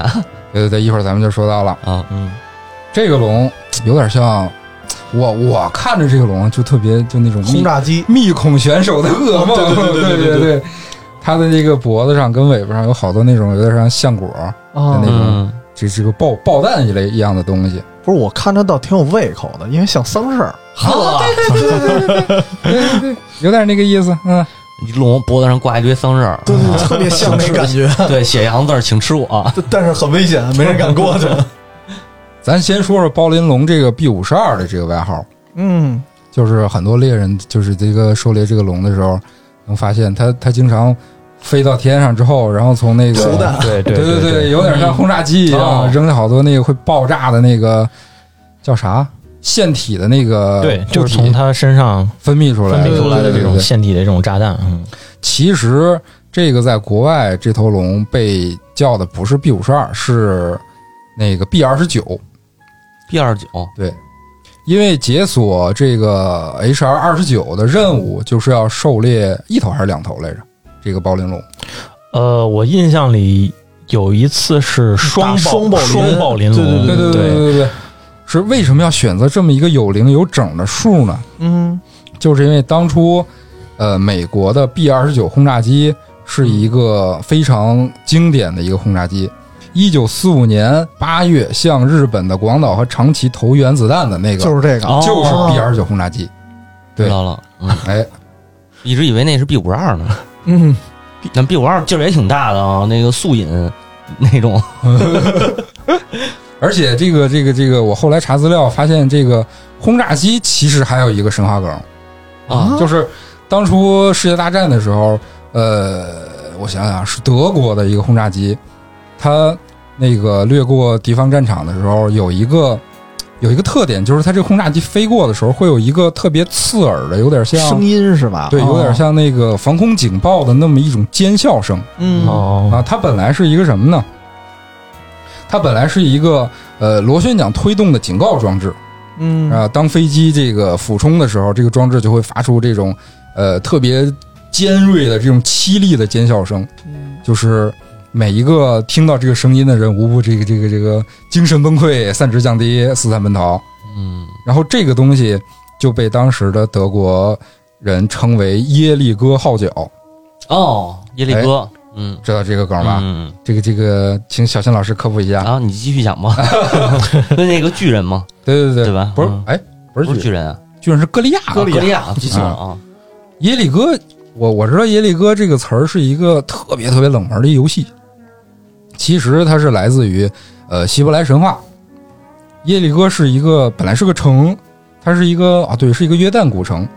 对对对，一会儿咱们就说到了。
啊，
嗯，
这个龙有点像我，我看着这个龙就特别就那种密
轰炸机
密孔选手的噩梦，
哦对对对对
对
对
对，它的那个脖子上跟尾巴上有好多那种有点像橡果，
啊
那种
嗯，
这是个爆爆弹一类一样的东西。
不是，我看着倒挺有胃口的，因为像丧事儿。
呵，
有点那个意思，嗯，
龙脖子上挂一堆桑葚儿，
对对， 特别像那感 觉，
对，写一行字儿，请吃我。
但但是很危险，没人敢过去。
咱先说说暴鳞龙这个 B 五十二的这个外号，
嗯，
就是很多猎人就是这个狩猎这个龙的时候，能发现它它经常飞到天上之后，然后从那个
投弹
对对
对对对，有点像轰炸机一样，
哦
扔了好多那个会爆炸的那个叫啥腺体的那个
对，就
物
是
体
从他身上
分泌呃出
分
来
泌出来的
对
这
对对
种
对
腺体的这种炸弹，嗯，
其实这个在国外这头龙被叫的不是 B 五十二，是那个 B 二十九，
B 二九，
因为解锁这个 HR 二十九的任务就是要狩猎一头还是两头来着？这个暴鳞龙，
呃，我印象里有一次是
打
双
双暴
暴
鳞
双暴鳞龙，
对
对对
嗯对
对对对，是为什么要选择这么一个有零有整的数呢？
嗯，
就是因为当初，呃，美国的 B 二十九轰炸机是一个非常经典的一个轰炸机。一九四五年八月向日本的广岛和长崎投原子弹的那个，
就是这个。
哦
就是 B 二十九轰炸机。
知
对，
道了，嗯，
哎，
一直以为那是 B 五十二呢，
嗯，
那 B 五二劲儿也挺大的啊，那个速饮那种，
而且这个这个这个，我后来查资料发现，这个轰炸机其实还有一个神话梗
啊
就是当初世界大战的时候，呃，我想想啊是德国的一个轰炸机，它那个掠过敌方战场的时候，有一个有一个特点，就是它这个轰炸机飞过的时候，会有一个特别刺耳的，有点像
声音是吧？
对，有点
哦。
像那个防空警报的那么一种尖笑声。
嗯，
哦，
啊，它本来是一个什么呢？它本来是一个呃螺旋桨推动的警告装置
嗯
啊、当飞机这个俯冲的时候，这个装置就会发出这种呃特别尖锐的这种凄厉的尖笑声，就是每一个听到这个声音的人，无不这个这个这个精神崩溃、散值降低、四散奔逃。
嗯，
然后这个东西就被当时的德国人称为耶利哥号角，
哦，耶利哥，嗯，
知道这个梗哎吧？
嗯
这个这个，请小新老师科普一下。
啊，你继续讲 吧，跟那个巨人吗？
对对对，
对吧
不是
嗯，
哎，不
不
是
是
巨
巨人啊，
巨人是歌利亚。
啊格利亚，记错了啊，
耶利哥，我我知道耶利哥这个词儿是一个特别特别冷门的一游戏，其实它是来自于呃希伯来神话。耶利哥是一个本来是个城，它是一个啊对，是一个约旦古城。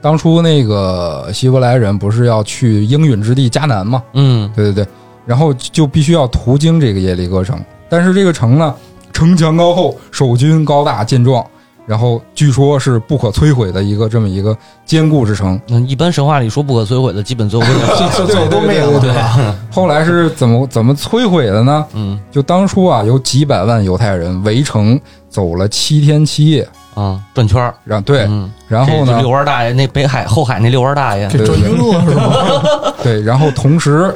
当初那个希伯来人不是要去应允之地迦南吗？
嗯
对对对，然后就必须要途经这个耶利哥城。但是这个城呢，城墙高厚，守军高大健壮，然后据说是不可摧毁的一个这么一个坚固之城。
嗯，一般神话里说不可摧毁的，基本摧毁不了。
这早都没有了。
后来是怎么怎么摧毁的呢？
嗯
就当初啊，有几百万犹太人围城走了七天七夜，
啊，转圈儿，
然对，
嗯，
然后
这这
呢
遛，弯大爷那北海后海那遛弯大爷，
这转晕了是吧？
对，然后同时，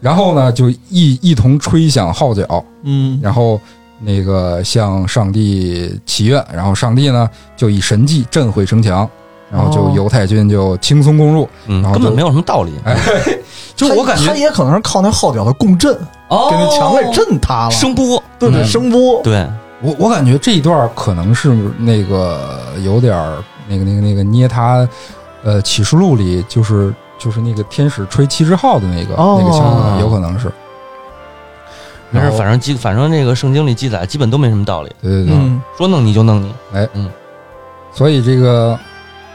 然后呢就一一同吹响号角，
嗯，
然后那个向上帝祈愿，然后上帝呢就以神迹震毁城墙，然后就
哦
犹太军就轻松攻入。
嗯，
然后
根本
就
没有什么道理，嗯
哎，
就
我感觉
他也可能是靠那号角的共振，
哦，
给那墙给震塌了。
声波，
对对，
嗯
声波。
对，
我我感觉这一段可能是那个有点儿那个那个那个捏他，呃，启示录里就是就是那个天使吹七之号的那个、
哦
那个情景，有可能是。
没
然
事，
后
反正记，反正那个圣经里记载基本都没什么道理，
对对对，
嗯，
说弄你就弄你。
所以这个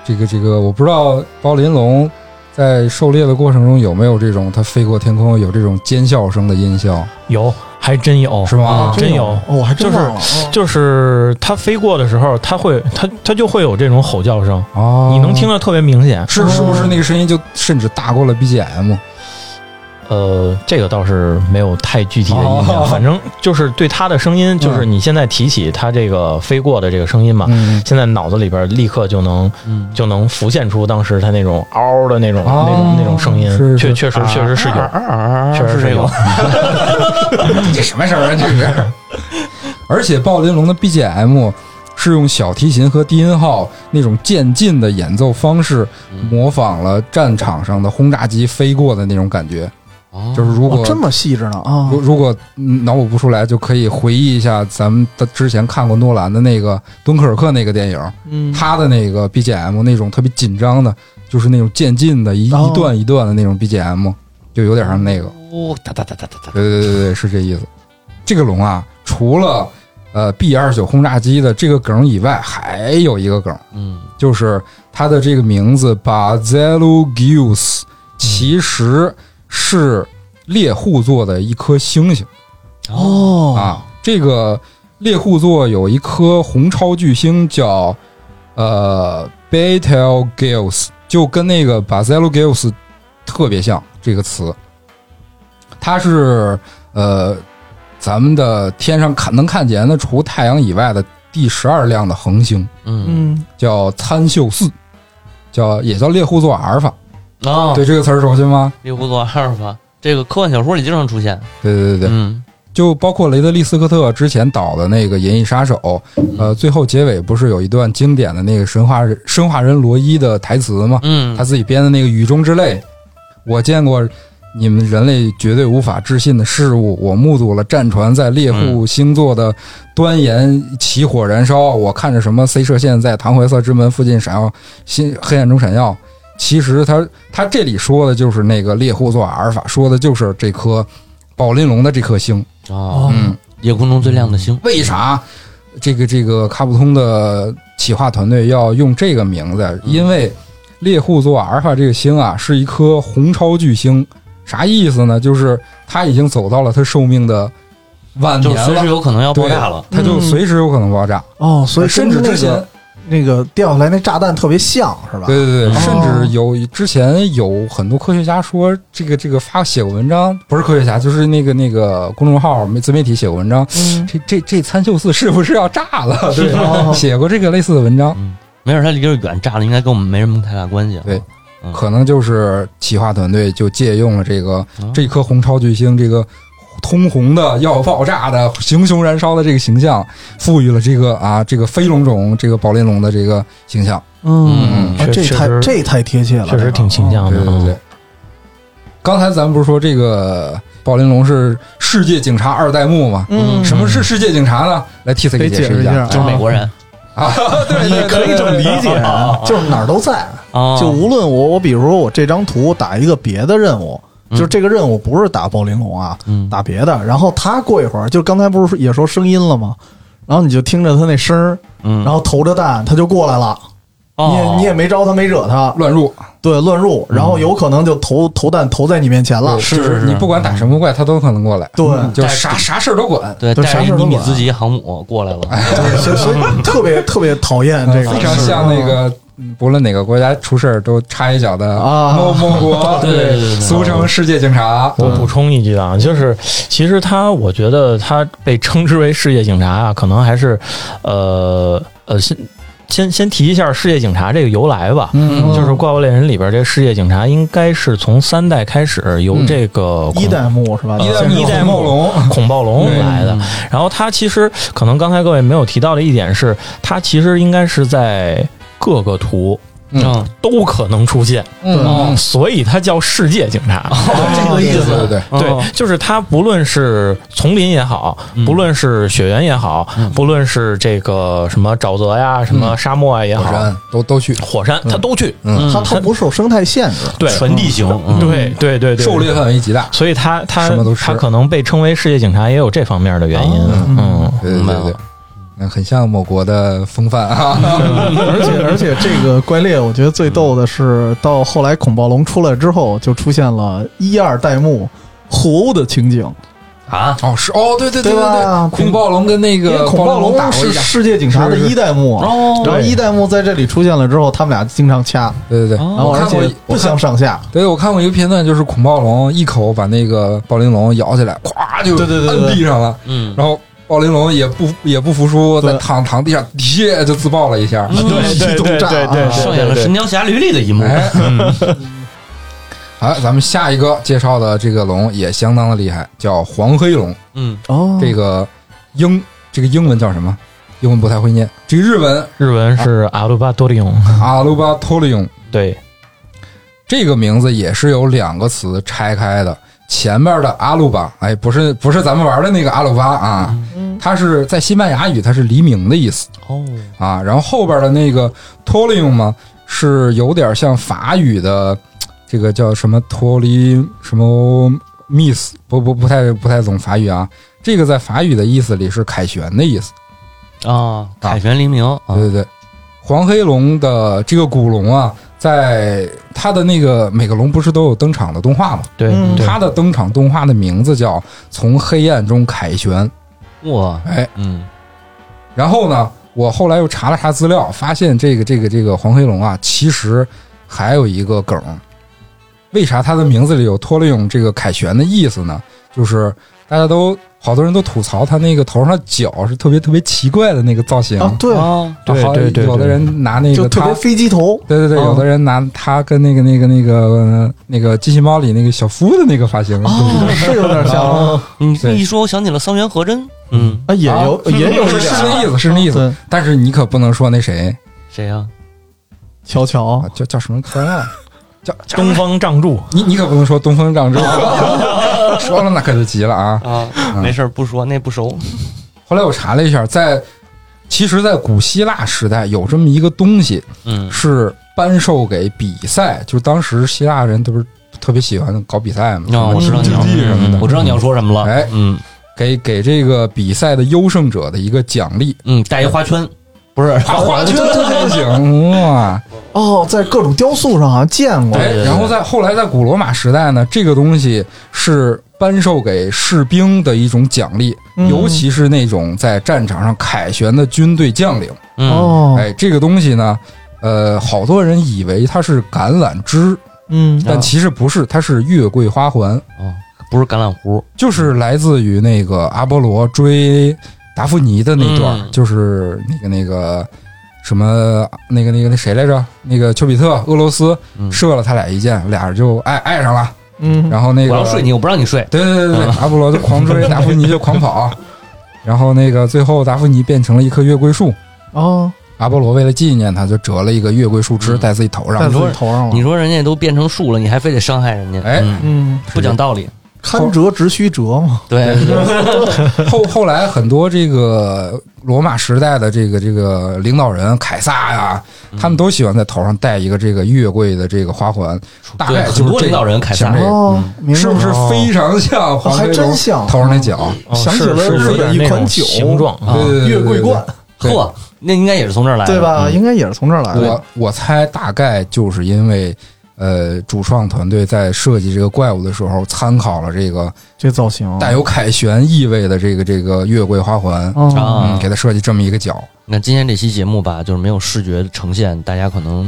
这个这个，我不知道包林龙在狩猎的过程中有没有这种它飞过天空有这种尖笑声的音效，
有，还真有，
是吗？
真有
哦，我还真
就是
忘了哦
就是它飞过的时候，它会它它就会有这种吼叫声，
哦，
你能听得特别明显。
是是不是那个声音就甚至大过了 BGM？
呃，这个倒是没有太具体的印象，
哦
反正就是对它的声音，就是
嗯
你现在提起它这个飞过的这个声音嘛，
嗯，
现在脑子里边立刻就能
嗯，
就能浮现出当时它那种嗷的那种、
哦
那种那种声音，
是是
确确实确实是有，确实
是这
有
个。
这什么事儿啊？这是。而且暴鳞龙的 BGM 是用小提琴和低音号那种渐进的演奏方式，模仿了战场上的轰炸机飞过的那种感觉。
哦
就是如
哦
果
这么细致呢啊
如，如果嗯脑补不出来，就可以回忆一下咱们的之前看过诺兰的那个《敦刻尔克》那个电影，
嗯
他的那个 BGM 那种特别紧张的，就是那种渐进的一
哦
一段一段的那种 BGM，就有点像那个。
哦，哒哒哒哒哒哒。
对对对对对，是这意思。这个龙啊，除了呃 B 二九轰炸机的这个梗以外，还有一个梗，
嗯，
就是它的这个名字 Bazelu Gius，其实是猎户座的一颗星星。
哦
啊，这个猎户座有一颗红超巨星叫呃 Betelgeuse，就跟那个 Basilgeuse 特别像这个词。它是呃咱们的天上看能看见的，除太阳以外的第十二亮的恒星，
嗯
嗯，
叫参宿四，叫也叫猎户座阿尔法。
啊，
对这个词儿熟悉吗？
猎户座阿尔法，这个科幻小说里经常出现。
对对对对，
嗯，
就包括雷德利·斯科特之前导的那个《银翼杀手》，呃，最后结尾不是有一段经典的那个神话人生化人罗伊的台词吗？
嗯
他，自己编的那个“雨中之泪”，我见过你们人类绝对无法置信的事物，我目睹了战船在猎户星座的端沿起火燃烧，我看着什么 C 射线在唐怀瑟之门附近闪耀，新黑暗中闪耀。其实他他这里说的就是那个猎户座阿尔法，说的就是这颗宝琳龙的这颗星。
哦，
嗯，
夜空中最亮的星。
为啥这个这个卡普通的企划团队要用这个名字？因为猎户座阿尔法这个星啊，是一颗红超巨星。啥意思呢？就是它已经走到了它寿命的晚
就
年
是随时
了，
有可能要
嗯
爆
对
炸了。
它就
嗯
随时有可能爆炸。
哦，所以
甚至之前，
那个掉下来那炸弹特别像是吧？
对对对，
哦
甚至有之前有很多科学家说，这个这个发写过文章，不是科学家，就是那个那个公众号媒自媒体写过文章，
嗯，
这这这参宿寺是不是要炸了？啊对吧，
哦
写过这个类似的文章。
嗯，没事，它离这儿远，炸了应该跟我们没什么太大关系。
对
嗯，
可能就是企划团队就借用了这个
啊
这颗红超巨星这个通红的要爆炸的熊熊燃烧的这个形象，赋予了这个啊这个飞龙种这个宝莲龙的这个形象。
嗯
嗯，
啊
确
这
确
太
实
这太贴切了，
确实挺形象
哦对
的。
对对
嗯。
刚才咱们不是说这个宝莲龙是世界警察二代目吗？
嗯
什么是世界警察呢？来替 C
得
给
解
解
释
释
一
一
下
下，
就是美国人
啊，对，
也
对
可以这么理解啊，就是哪儿都在。
嗯
啊，
就无论我我比如说我这张图打一个别的任务，
嗯
就是这个任务不是打暴鳞龙啊，
嗯
打别的。然后他过一会儿，就刚才不是说也说声音了吗？然后你就听着他那声儿，
嗯，
然后投着弹，他就过来了。你也
哦嗯
你也没招他，没惹他，
乱入，
对，乱入，然后有可能就投投弹投在你面前了
对。
是
就是
是
你不管打什么怪，他都可能过来，嗯
对
就啥啥事儿都管。
对，
对
带
啥事
着
儿
尼
都
米
管
兹级航母过来 了。
对所以 所以特别特别讨厌这个，啊
非常像那个，嗯不论哪个国家出事儿都插一脚的
啊
某某 国，
对对对对对
俗称世界警察。
我补充一句啊，就是其实他，我觉得他被称之为世界警察啊，可能还是，呃呃，先先先提一下世界警察这个由来吧。
嗯
就是《怪物猎人》里边这个世界警察，应该是从三代开始由
嗯
这个
一
孔
代目是吧？
嗯
一代目
一代目龙，
孔暴龙
对
来的。然后他其实可能刚才各位没有提到的一点是，他其实应该是在各个图嗯，都可能出现，
嗯，哦
所以它叫世界警察。
嗯
这个意思，对对对，
哦
对，就是它不论是丛林也好，不论是雪原也好，不论是这个什么沼泽呀、什么沙漠啊也
火
好，
山都都去，
火山它都去。
嗯
它它不受生态限制，
对，
传递型，嗯
对对对对，
狩猎范围极大，
所以他他
什么都吃
他可能被称为世界警察，也有这方面的原因。嗯，
对对
明白
对
了
对，那很像某国的风范 啊，
而且而且这个怪猎，我觉得最逗的是，到后来恐暴龙出来之后，就出现了一二代目互殴的情景，
啊，
哦是哦，对对对
对吧
对，恐暴龙跟那
因为
个
恐暴
暴龙打过
龙是
一架，
世界警察的
是是
一代目，啊
哦
然后
对
一代目在这里出现了之后，他们俩经常掐，
对
啊
对对，
然后
哦我
而
看过
且
一
不相上下，
对，我看过一个片段，就是恐暴龙一口把那个暴鳞龙咬起来，咵就
对对对对对
摁地上了，
嗯，
然后暴鳞龙也不也不服输，
对
在躺躺地上，耶就自爆了一下，
对对对嗯对对，
上演了《神雕侠侣》里的一幕，
哎， 好，咱们下一个介绍的这个龙也相当的厉害，叫黄黑龙，
嗯，
哦，
这个英这个英文叫什么？英文不太会念，这个日文
日文是阿鲁巴多利翁，
阿鲁巴托利翁
对，
这个名字也是由两个词拆开的，前面的阿鲁巴，哎，不是不是咱们玩的那个阿鲁巴啊，
嗯
它是在西班牙语它是黎明的意思
哦，
啊，然后后边的那个托利翁嘛，是有点像法语的这个叫什么托利什么 miss，不不不太不太懂法语啊，这个在法语的意思里是凯旋的意思。
啊，凯旋黎明啊
哦对，对对，黄黑龙的这个古龙啊，在它的那个每个龙不是都有登场的动画吗？
对
嗯
对
它的登场动画的名字叫《从黑暗中凯旋》。
哇，
哎，
嗯，
然后呢，我后来又查了查资料，发现这个这个这个黄黑龙啊，其实还有一个梗。为啥它的名字里有托利用这个凯旋的意思呢？就是大家都好多人都吐槽它那个头上的角是特别特别奇怪的那个造型，
啊，对，
啊，
对
好
对对对
有的人拿那
就
个
特别
它
飞 机头，
对对对，
嗯
有的人拿它跟那个那个那个呃那个机器猫里那个小夫的那个发型
哦
是有点
哦
像，
你这
对
一说，我想起了桑原和真，嗯，
啊，也有也有
哦
一
是是那
点，啊
意思，是那意思
对。
但是你可不能说那谁
谁呀？
乔乔
啊，，叫叫什么突然忘了，叫叫
东方仗助，
你你可不能说东风仗之， 说了那可就急了啊。
啊，没事儿，不说那不熟，
后来我查了一下，在其实，在古希腊时代有这么一个东西，
嗯
是颁授给比赛，就是当时希腊人都不是特别喜欢搞比赛嘛，
啊，我知道你
竞
要
技什么的，
嗯我知道你要说什么了，
哎
嗯
给给这个比赛的优胜者的一个奖励。
嗯，带一花圈，不是
啊， 画圈这还行哇！
哦，在各种雕塑上好像见过，
哎，然后在后来在古罗马时代呢，这个东西是颁授给士兵的一种奖励，
嗯
尤其是那种在战场上凯旋的军队将领。
嗯，
哦，
哎，这个东西呢，呃，好多人以为它是橄榄枝，
嗯，
但其实不是，它是月桂花环，
哦，不是橄榄核，
就是来自于那个阿波罗追达芙妮的那段，
嗯
就是那个那
嗯
个什么那个那个那谁来着？那个丘比特，俄罗斯
嗯
射了他俩一箭，俩人就爱爱上了。
嗯，
然后那
我
个
要睡你，我不让你睡，
对对对对对，
啊
阿波罗就狂 追，达芙妮就狂跑，然后那个最后达芙妮变成了一棵月桂树，
哦，
阿波罗为了纪念他，就折了一个月桂树枝
嗯
戴自己头
戴
上。
自己头上
你
了，
说人家都变成树了，你还非得伤害人家，
哎
嗯
嗯，
不讲道理，
堪折直须折嘛，
对，
后后来很多这个罗马时代的这个这个领导人凯撒呀、
嗯
他们都喜欢在头上戴一个这个月桂的这个花环，大
对
概就是
很多
这
领导人凯撒
像这个
哦，
嗯
明白
是不是
了哦
非常像黄飞
还
龙
真像
头上那角？
哦
想起了
是
日
是有点
本一
那
款
种
酒
形状啊，
对对对对
哦月桂冠，
对
呵，那应该也是从这
哎
儿来的，
对吧？
嗯
应该也是从这儿来的。
我我猜大概就是因为，呃，主创团队在设计这个怪物的时候，参考了这个
这造型
带有凯旋意味的这个这个月桂花环，
哦，
啊
嗯，给它设计这么一个角。
那今天这期节目吧，就是没有视觉的呈现，大家可能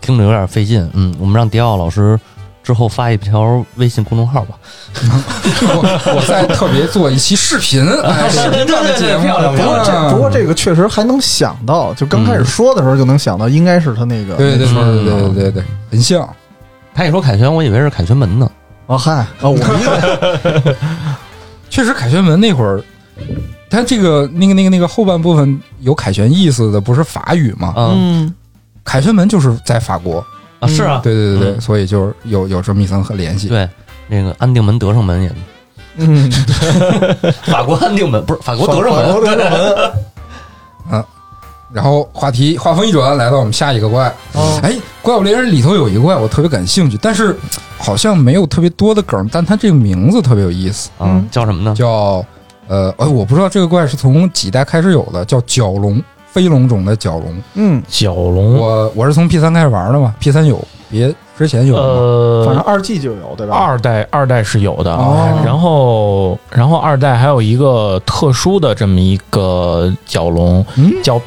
听着有点费劲。嗯，我们让迪奥老师之后发一条微信公众号吧。
我我再特别做一期视频，哎，
视频
这样的节目，
漂亮
不过
啊
这不过这个确实还能想到，就刚开始说的时候就能想到，应该是他那
嗯
个
对对对对对对对对，很像。
他一说凯旋，我以为是凯旋门呢。
哦嗨啊，我 一
确实，凯旋门那会儿，它这个那个那个那个后半部分有凯旋意思的，不是法语吗？
嗯，
嗯
凯旋门就是在法国，
啊，是啊，
对对对对，
嗯
所以就是有有这么一层联系。
对，那个安定门、德胜门也，
嗯，
法国安定门不是法国
法
德胜门，
法 国德胜门，
然后话题话锋一转，来到我们下一个怪，哎，怪物猎人里头有一个怪我特别感兴趣，但是好像没有特别多的梗，但它这个名字特别有意思，
啊，叫什么呢？
叫呃，哎，我不知道这个怪是从几代开始有的，叫角龙，飞龙种的角龙。
嗯，
角龙，
我我是从 P 三开始玩的嘛，P 三有，别之前有吗
反正
呃，
二 G 就有对吧？
二代二代是有的，啊
哦
然后然后二代还有一个特殊的这么一个角龙
嗯，
叫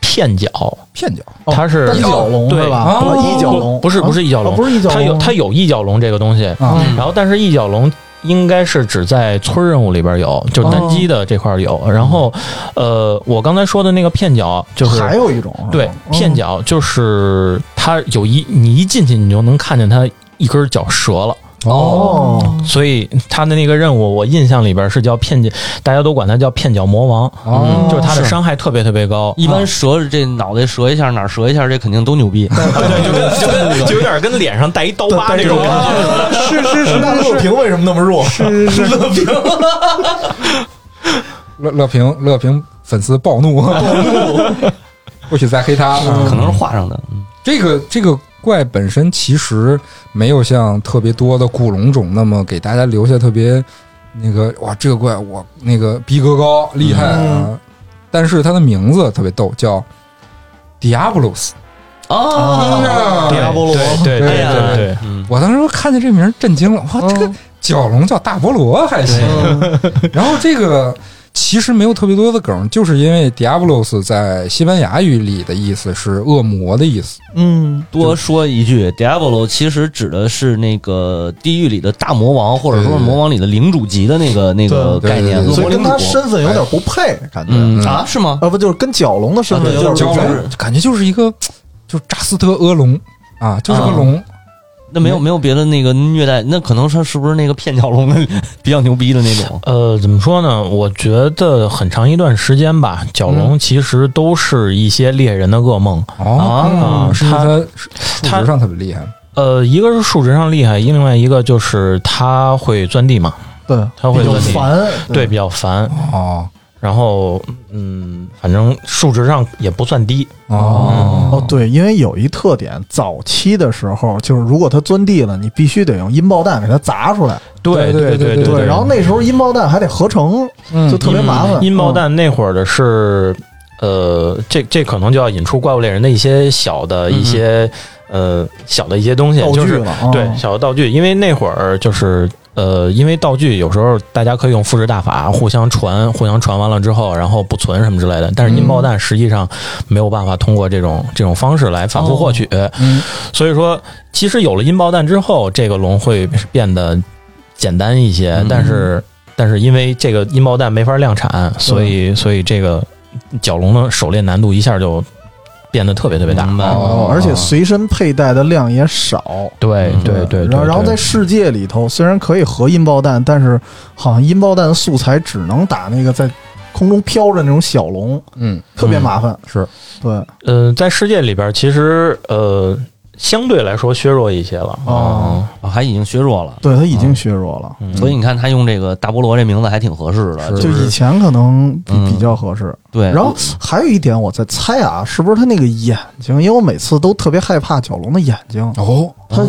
片角，
片角
哦
它是
单角龙
对
是吧？
哦
不是一角龙
不是不是一角龙
啊不是一角龙，
它有它有一角龙这个东西，
啊，
嗯
然后但是一角龙应该是只在村任务里边有，就单机的这块有。
哦
然后，呃，我刚才说的那个片角就是。
还有一哦种啊
对，片
角
角就是它有一，你一进去你就能看见它一根脚折了，
哦，
所以它的那个任务我印象里边是叫片角，大家都管它叫片角魔王，
哦
就是它的
是
伤害特别特别高，
一般折这脑袋折一下，哪儿折一下，这肯定都牛逼。
对，就跟就跟 就有点跟脸上带一刀疤那种感觉。
是是 是，那乐平为什么那么弱？是是乐平
乐乐平乐平粉丝暴怒， 不许再黑他。
可能是画上的，嗯
这个这个怪本身其实没有像特别多的古龙种那么给大家留下特别那个哇，这个怪我那个逼格高厉害啊。但是它的名字特别逗，叫 Diablos。
啊，
迪亚波罗，
对对
哎呀
对对，
嗯，
我当时看见这名儿震惊了，哇，这个角龙叫大菠萝还行。 然后这个其实没有特别多的梗，就是因为 Diablos 在西班牙语里的意思是恶魔的意思。
嗯，
多说一句，Diablo 其实指的是那个地狱里的大魔王，或者说是魔王里的领主级的那个那个
对对
概念，
对对
恶
嗯所
魔
以
领主
跟他。哎身份有点不配，感觉
嗯
嗯
啊，是吗？
啊不就是跟角龙的身份
啊对
有点
就
角
不
是
配
龙。
龙感觉就是一个就是扎斯特俄龙啊，就是个龙。
那没有没有别的那个虐待，那可能是是不是那个片角龙的 比较牛逼的那种？
呃，怎么说呢？我觉得很长一段时间吧，角龙其实都是一些猎人的噩梦。
哦，
啊
是因为
它
它数值上特别厉害。
呃，一个是数值上厉害，另外一个就是它会钻地嘛，
对，
它会
比较
钻地，
烦，
对，比较烦。
哦
然后，嗯，反正数值上也不算低，
哦
哦，
对，因为有一特点，早期的时候就是如果它钻地了，你必须得用音爆弹给它砸出来，
对
对
对对
对
然后那时候音爆弹还得合成，
嗯
就特别麻烦。嗯
音爆弹那会儿的是，呃，这这可能就要引出怪物猎人的一些小的一些、呃小的一些东
嗯
西，
道具
就是
了
哦
啊
对小的道具，因为那会儿就是。呃，因为道具有时候大家可以用复制大法互相传，互相传完了之后，然后不存什么之类的。但
嗯
是音爆弹实际上没有办法通过这种这种方式来反复获取，
哦
嗯
所以说其实有了音爆弹之后，这个龙会变得简单一些，
嗯
但是但是因为这个音爆弹没法量产，所以所以这个角龙的狩猎难度一下就变得特别特别大。
明白
哦
哦，
而且随身佩戴的量也少。
对
嗯
对对，对
然后然后在
对
世界里头，虽然可以合音爆弹，但是好像音爆弹素材只能打那个在空中飘着那种小龙，
嗯
特别麻烦。
是
对，
呃，在世界里边，其实呃相对来说削弱一些了。
哦
啊，还已经削弱了，
对，它已经削弱了。嗯
嗯，
所以你看他用这个大菠萝这名字还挺合适的，
是
就以
是
前可能比
嗯
比较合适，
对。
然后还有一点我在猜啊，是不是他那个眼睛？因为我每次都特别害怕角龙的眼睛，
哦
他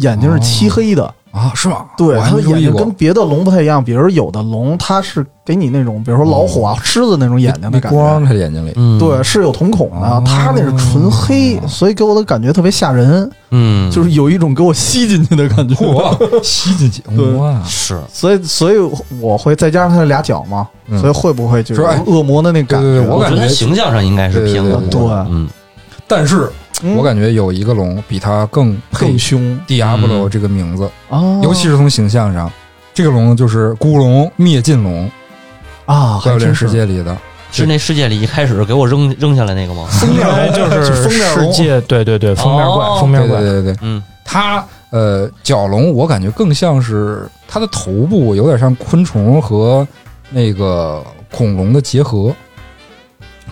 眼睛是漆黑的，
啊是吗？
对，
我还
它
没
的
注
眼
意
睛
过
跟别的龙不太一样。比如有的龙它是给你那种，比如说老虎啊、狮子那种眼睛的
没
感
光
觉，
他眼睛里。
嗯，
对，，是有瞳孔的
哦。嗯
它那是纯黑，所以给我的感觉特别吓人，
嗯，
就是有一种给我吸进去的感觉。
嚯，吸进去
对
哇！
是
所以，所以我会再加上它的俩脚嘛，
嗯
所以会不会就是
是吧
恶魔的那感
对对
觉？
对我
我
感
觉
觉
得形象上应该是偏恶
对
对
魔
对
的，嗯，
但是
嗯
我感觉有一个龙比它更配
更凶
Diablo
嗯
这个名字，
啊，
尤其是从形象上，这个龙就是孤龙、灭尽龙，
啊，
怪
还
物
真
猎
是
世界里的。
是那世界里一开始给我扔扔下来那个吗？
封面
应该
龙
就是
封面
世
龙
界，对对对，封面怪
哦，
封面
对对
怪，
对对，
嗯，
它呃角龙，我感觉更像是它的头部有点像昆虫和那个恐龙的结合，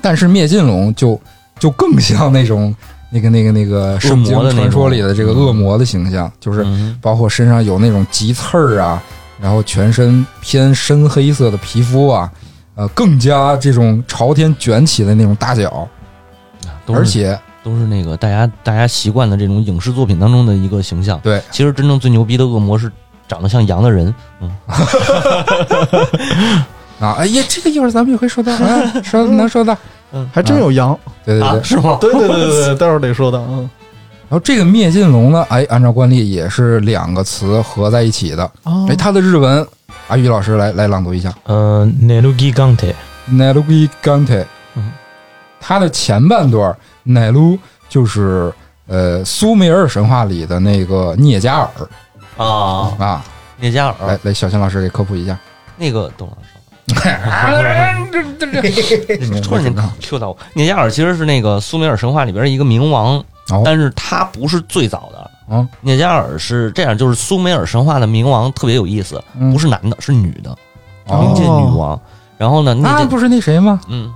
但是灭尽龙就就更像那种那个那个那个圣经
恶魔的那种
传说里的这个恶魔的形象，就是
嗯
包括身上有那种棘刺儿啊，然后全身偏深黑色的皮肤啊，呃，更加这种朝天卷起的那种大脚，
都是
而且
都是那个大家大家习惯的这种影视作品当中的一个形象。
对，
其实真正最牛逼的恶魔是长得像羊的人，
啊，哎呀，这个一会儿咱们也会说到， 啊，说能说到，
还真有羊，
对对对，
啊是吗？
对对对对对，待会儿得说到，嗯，
然后这个灭尽龙呢，哎，按照惯例也是两个词合在一起的，
哦
哎，它的日文，阿宇老师来来朗读一下
呃 n e l u g i Gante，
n e l u g i Gante，
嗯
它的前半段 n e l u 就是呃苏美尔神话里的那个聂加尔
啊，
啊，
聂加尔
来来，小新老师给科普一下，
那个等会儿稍
嗯
等，突然间 Q 到我。聂加尔其实是那个苏美尔神话里边的一个冥王，
哦
但是他不是最早的。
哦
聂加尔是这样，就是苏美尔神话的冥王特别有意思，
嗯
不是男的，是女的，
哦
冥界女王。然后呢，聂
那
加
不是那谁吗？
嗯。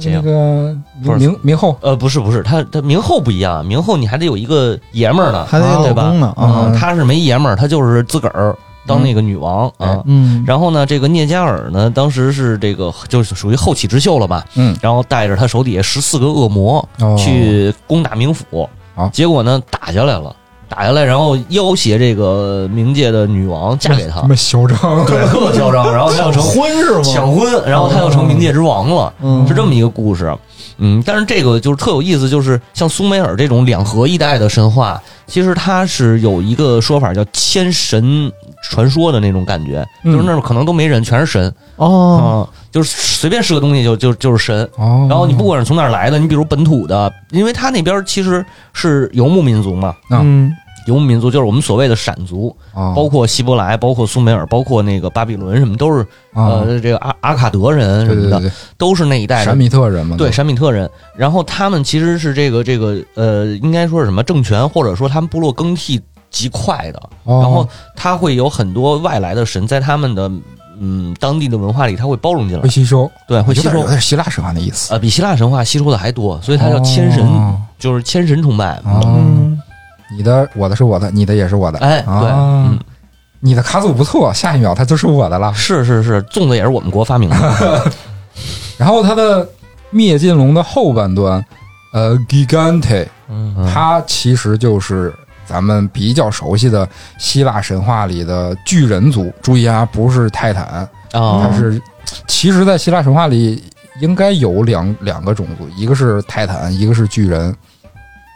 谁呀
那个
不是
明明后
呃，不是不是，他他明后不一样，明后你还得有一个爷们儿呢，
还得有
对
老
吧？
公呢啊，
嗯，他是没爷们儿，他就是自个儿当那个女王
嗯
啊。
嗯，
然后呢，这个聂加尔呢，当时是这个就是属于后起之秀了吧，
嗯，
然后带着他手底下十四个恶魔
哦啊
去攻打冥府
好，
结果呢打下来了，打下来，然后要挟这个冥界的女王嫁给他
这，么嚣张，啊哦
对，特 嚣张，然后他要成
婚是吗？
抢婚，然后他要成冥界之王了。
嗯
是这么一个故事。嗯，但是这个就是特有意思，就是像苏美尔这种两河一带的神话，其实它是有一个说法叫千神传说的那种感觉，
嗯
就是那儿可能都没人，全是神啊、
哦，
就是随便是个东西就就就是神。
哦，
然后你不管是从哪儿来的，你比如本土的，因为他那边其实是游牧民族嘛，
啊
嗯，
游牧民族就是我们所谓的闪族，包
包
括希伯来，包括苏美尔，包括那个巴比伦什么，都是呃这个阿阿卡德人
啊对
什
对
么
对
的，
对，
都是那一代的
闪米嗯特人嘛，
对，闪米特人，然后他们其实是这个这个呃，应该说是什么政权，或者说他们部落更替极快的，
哦，
然后他会有很多外来的神在他们的嗯当地的文化里，他会包容进
会
来，
吸收，
对，
有
会吸
点
收
有。点希腊神话的意思，
呃，比希腊神话吸收的还多，所以它叫千神，
哦
就是千神崇拜。
哦
嗯，
你的我的是我的，你的也是我的。
哎，对，
啊
嗯，
你的卡组不错，下一秒它就是我的 了。
是是是，粽子也是我们国发明的。
然后它的灭尽龙的后半段，呃，Gigante，
嗯，
它其实就是咱们比较熟悉的希腊神话里的巨人族。注意啊，不是泰坦，它
啊，
嗯是其实，在希腊神话里应该有两两个种族，一个是泰坦，一个是巨人。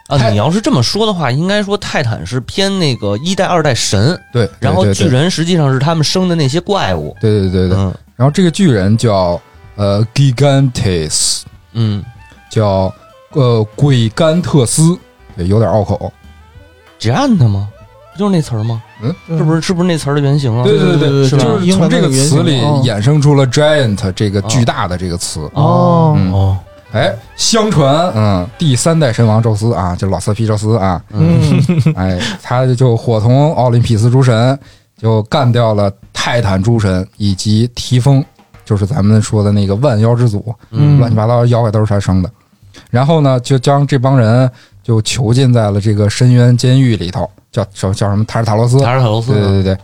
啊，
泰
你要是这么说的话，应该说泰坦是偏那个一代、二代神，
对，对
然后
对
巨
对
人实际上是他们生的那些怪物。
对对对对，
嗯
然后这个巨人叫呃 Gigantes，
嗯，
叫呃鬼甘特斯，对，有点拗
哦
口。
只按它吗？不就是那词儿吗？
嗯，
是不是是不是那词儿的原型啊？
对
对
对
对
是
对，
吧
就
就是是
从这个词里
哦
演
衍生出了 giant 这个巨大的这个词。
哦
嗯
哦，
哎，相传，嗯，第三代神王宙斯啊，就老色批宙斯啊，
嗯，
哎，他就伙同奥林匹斯诸神，就干掉了泰坦诸神以及提丰，就是咱们说的那个万妖之祖，
嗯
乱七八糟妖怪都是他生的。然后呢，就将这帮人就囚禁在了这个深渊监狱里头，叫叫叫什么塔尔塔罗斯，
塔尔塔罗斯
对对对对。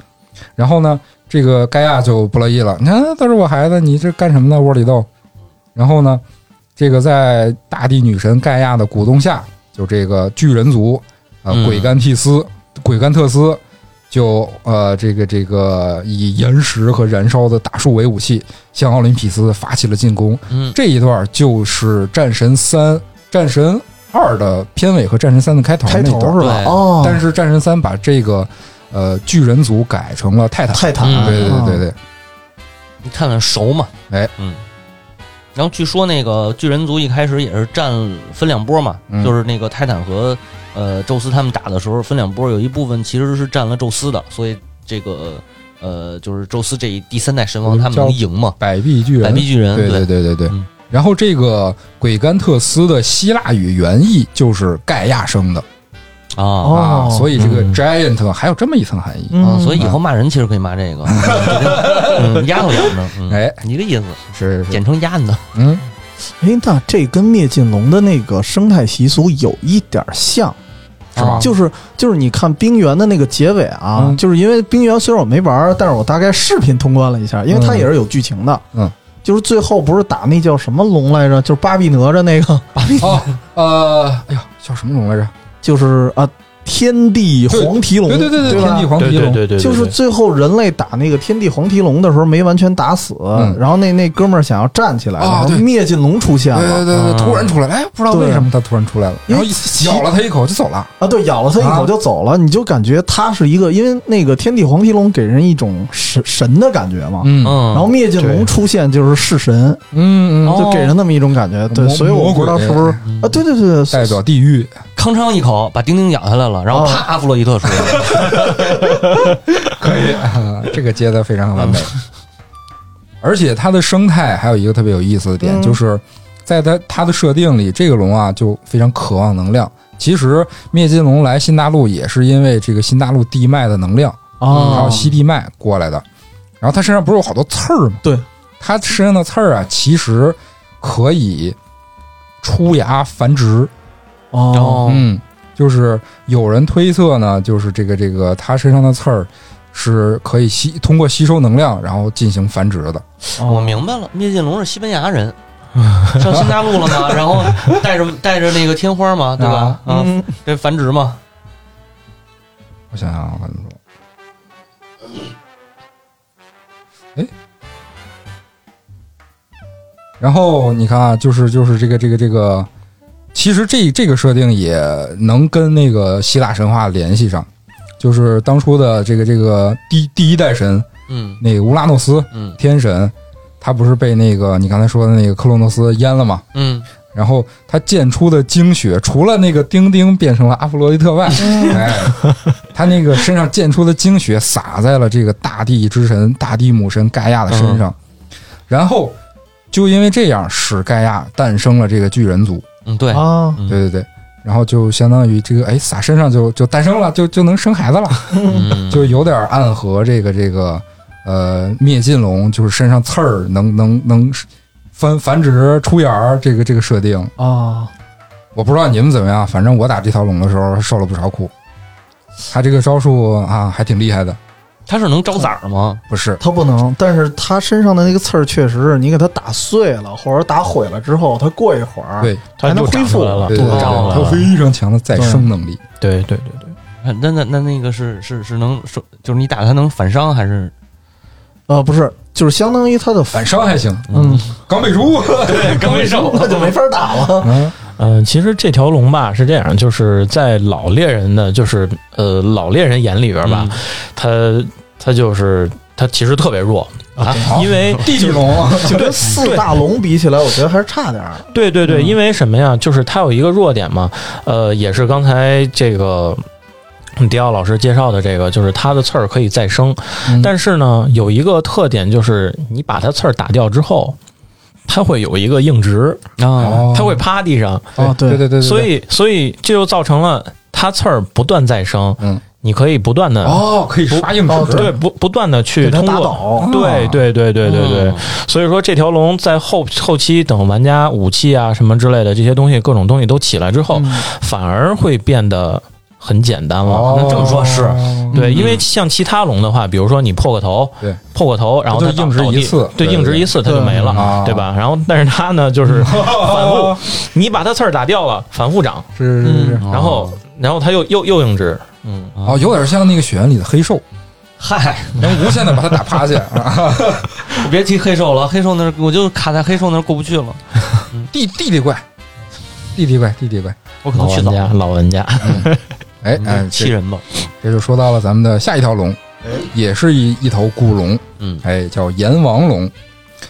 然后呢，这个盖亚就不乐意了，你看都是我孩子，你这干什么呢？窝里斗。然后呢，这个在大地女神盖亚的鼓动下，就这个巨人族啊、呃
嗯
鬼甘替斯、鬼甘特斯就呃这个这个以岩石和燃烧的大树为武器，向奥林匹斯发起了进攻。
嗯
这一段就是《战神三》《战神二》的片尾和《战神三》的开头
开
那
头
段。
是吧？
对
哦，
但是《战神三》把这个呃巨人族改成了泰坦。
泰坦，
嗯
对对对对对，
你看看熟嘛？
哎，
嗯。然后据说那个巨人族一开始也是战分两波嘛，
嗯
就是那个泰坦和呃宙斯他们打的时候分两波，有一部分其实是占了宙斯的，所以这个呃就是宙斯这一第三代神王他们能赢嘛？
百臂嗯巨
百
人。
臂巨人
对对对对对。
嗯
然后这个鬼甘特斯的希腊语原意就是盖亚生的
啊
啊，
哦，
所以这个
嗯
giant 还有这么一层含义。
啊，
嗯，
所以以后骂人其实可以骂这 个，嗯就跟嗯丫头养的，嗯
哎，
一个意思，
是是是，
简称丫呢。
嗯。
哎，那这跟灭尽龙的那个生态习俗有一点儿像。
是吧？
就是就是，你看冰原的那个结尾啊，
啊嗯
就是因为冰原虽然我没玩儿，但是我大概视频通关了一下，因为它
嗯
也是有剧情的。
嗯，
就是最后不是打那叫什么龙来着？就是芭比哪吒那个，
哦，呃，哎呀，叫什么龙来着？
就是啊，天地黄提龙，
对对对
对吧
天地黄
对
皮
对
龙，
对对，
就是最后人类打那个天地黄提龙的时候没完全打死，
嗯
然后那那哥们儿想要站起来了，
啊
然后
对
灭尽龙出现
对
了
对对对，
啊
突然出来了，哎，不知道为
对
什么他突然出来了，
因
然
为
后一咬了他一口就走了。
啊，对，咬了他一
啊
口就走了，你就感觉他是一个，因为那个天地黄提龙给人一种神神的感觉嘛，
嗯
嗯，
然后灭尽龙
对
出现就是弑神，
嗯嗯，
就给人那么一种感觉，对，
魔
所以我不知道是不是
魔嗯
啊，对对对，
代表地狱，
康昌一口把丁丁咬下来了，
哦
然后啪，阿弗洛伊特出来了。
可以，嗯啊 这个接的非常完美。而且它的生态还有一个特别有意思的点，
嗯
就是在它它的设定里，这个龙啊就非常渴望能量。其实灭金龙来新大陆也是因为这个新大陆地脉的能量，然
啊
后，吸地脉过来的。然后它身上不是有好多刺儿吗？
对，
它身上的刺儿啊，其实可以出芽繁殖。
哦，
嗯，就是有人推测呢，就是这个这个它身上的刺儿是可以吸通过吸收能量，然后进行繁殖的。
我明白了，灭尽龙是西班牙人，上新大陆了嘛，然后带着带着那个天花嘛，对吧？啊，
嗯，
这繁殖嘛，
我想想啊，我怎么说？哎，然后你看啊，就是就是这个这个这个，其实这这个设定也能跟那个希腊神话联系上，就是当初的这个这个第第一代神
嗯
那个乌拉诺斯
嗯
天神，他不是被那个你刚才说的那个克洛诺斯淹了吗？
嗯，
然后他溅出的精血，除了那个丁丁变成了阿弗洛伊特外，哎，他那个身上溅出的精血洒在了这个大地之神、大地母神盖亚的身上，
嗯
然后就因为这样，使盖亚诞生了这个巨人族。
嗯，对，
啊，
嗯
对对对，然后就相当于这个，哎，洒身上就就诞生了，就就能生孩子了，
嗯
就有点暗合这个这个呃灭尽龙，就是身上刺儿能能能繁繁殖出芽儿这个这个设定。
啊，
我不知道你们怎么样，反正我打这条龙的时候受了不少苦。他这个招数啊，还挺厉害的，
他是能招崽儿吗？
不是？
他不能，啊但是他身上的那个刺儿确实是你给他打碎了或者打毁了之后，他过一会
啊
儿，
对
它
还能
又长
恢
出
复
来了，
对对
又
对，
长出来
他有
了，嗯
非常强的再生能力。
对对对对，
那那那那个是是是能是就是你打他能反伤还是
呃，不是，就是相当于他的
反伤还行，
嗯，
刚背书。
对刚没受
那就没法打了。
嗯
嗯、其实这条龙吧是这样，就是在老猎人的，就是呃老猎人眼里边吧，他他就是他其实特别弱啊，因为
哦地巨龙啊
就跟四大龙比起来，我觉得还是差点儿。
对
嗯
对对，因为什么呀？就是它有一个弱点嘛，呃，也是刚才这个嗯迪奥老师介绍的这个，就是它的刺儿可以再生，
嗯
但是呢，有一个特点就是你把它刺儿打掉之后，它会有一个硬直，
啊？
哦
它会趴地上，
哦
对
对
对对，
所以所以这就造成了它刺儿不断再生，
嗯，
你可以不断
嗯
的。
哦，可以刷硬
哦
直。
对，不不断的去
给他
通
打
过，
倒，
对对对对对对，
嗯
所以说这条龙在后后期等玩家武器啊什么之类的这些东西，各种东西都起来之后，
嗯
反而会变得很简单了。
哦，
那这么说是
对，
嗯
因为像其他龙的话，比如说你破个头，
对，
破个头，然后它
它啊就硬直
倒地
一次
对，
对
硬直一次它就没了，
对啊
对吧？然后但是它呢，就是 反复，你把它刺儿打掉了，反复长，
是嗯是是是。
然后然后它又又又硬直，嗯，
哦，有点像那个《雪原》里的黑兽，
嗨，
能无限的把它打趴下。啊
别提黑兽了，黑兽那儿我就卡在黑兽那儿过不去了，
弟弟弟怪，弟弟怪，弟弟怪。
我可
老
能去
玩
早
家，老玩家，
哎哎
了，，
这
嗯气人吧？哎
这就说到了咱们的下一条龙，也是一一头古龙，
嗯
哎，叫阎王龙，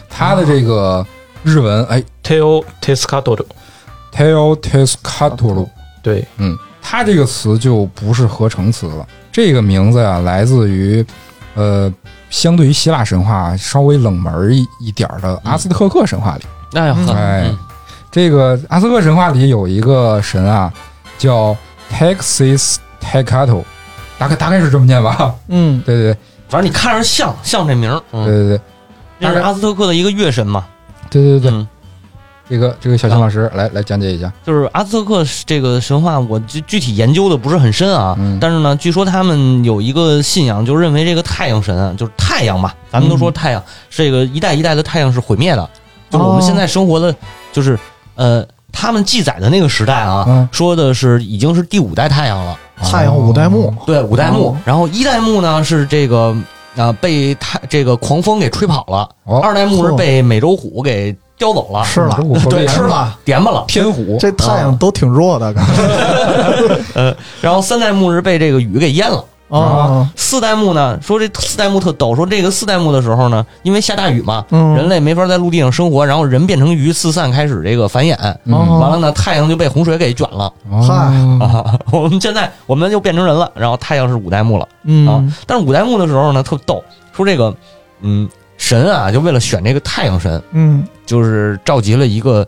它的这个日文哎
t e o t e s c a d o
t e o t e s c a t u l
对，
嗯，它这个词就不是合成词了，这个名字啊，来自于呃，相对于希腊神话稍微冷门一一点儿的阿斯特克神话里，
那要
哎
很
这个阿斯特克神话里有一个神啊，叫 Texis t e c a t o 大概大概是这么念吧，
嗯，
对对
反正你看着像像这名儿，
对
嗯，
对对
这是阿兹特克的一个月神嘛？
对对对对，
嗯
这个这个小青老师来来讲解一下。
就是阿兹特克这个神话，我具具体研究的不是很深啊，
嗯
但是呢，据说他们有一个信仰，就认为这个太阳神啊，就是太阳嘛，咱们都说太阳，这个一代一代的太阳是毁灭的，就是我们现在生活的，就是呃，他们记载的那个时代啊，
嗯
说的是已经是第五代太阳了，
太阳五代目，
啊
对，五代目
哦，
然后一代目呢是这个啊、被太这个狂风给吹跑了，
哦
二代目是被美洲虎给叼走了，
吃了
中国，
对，
国
吃了。
点吧了。
天虎，
这太
啊
阳都挺弱的，感觉
然后三代目是被这个雨给淹了。
啊，
四代目呢，说这四代目特逗，说这个四代目的时候呢，因为下大雨嘛，
嗯
人类没法在陆地上生活，然后人变成鱼四散开始这个繁衍，
嗯
完了呢，太阳就被洪水给卷了
嗯
哦
啊！ 我们现在我们就变成人了，然后太阳是五代目了啊
嗯，。
但是五代目的时候呢，特逗，说这个嗯神啊，就为了选这个太阳神，
嗯
就是召集了一个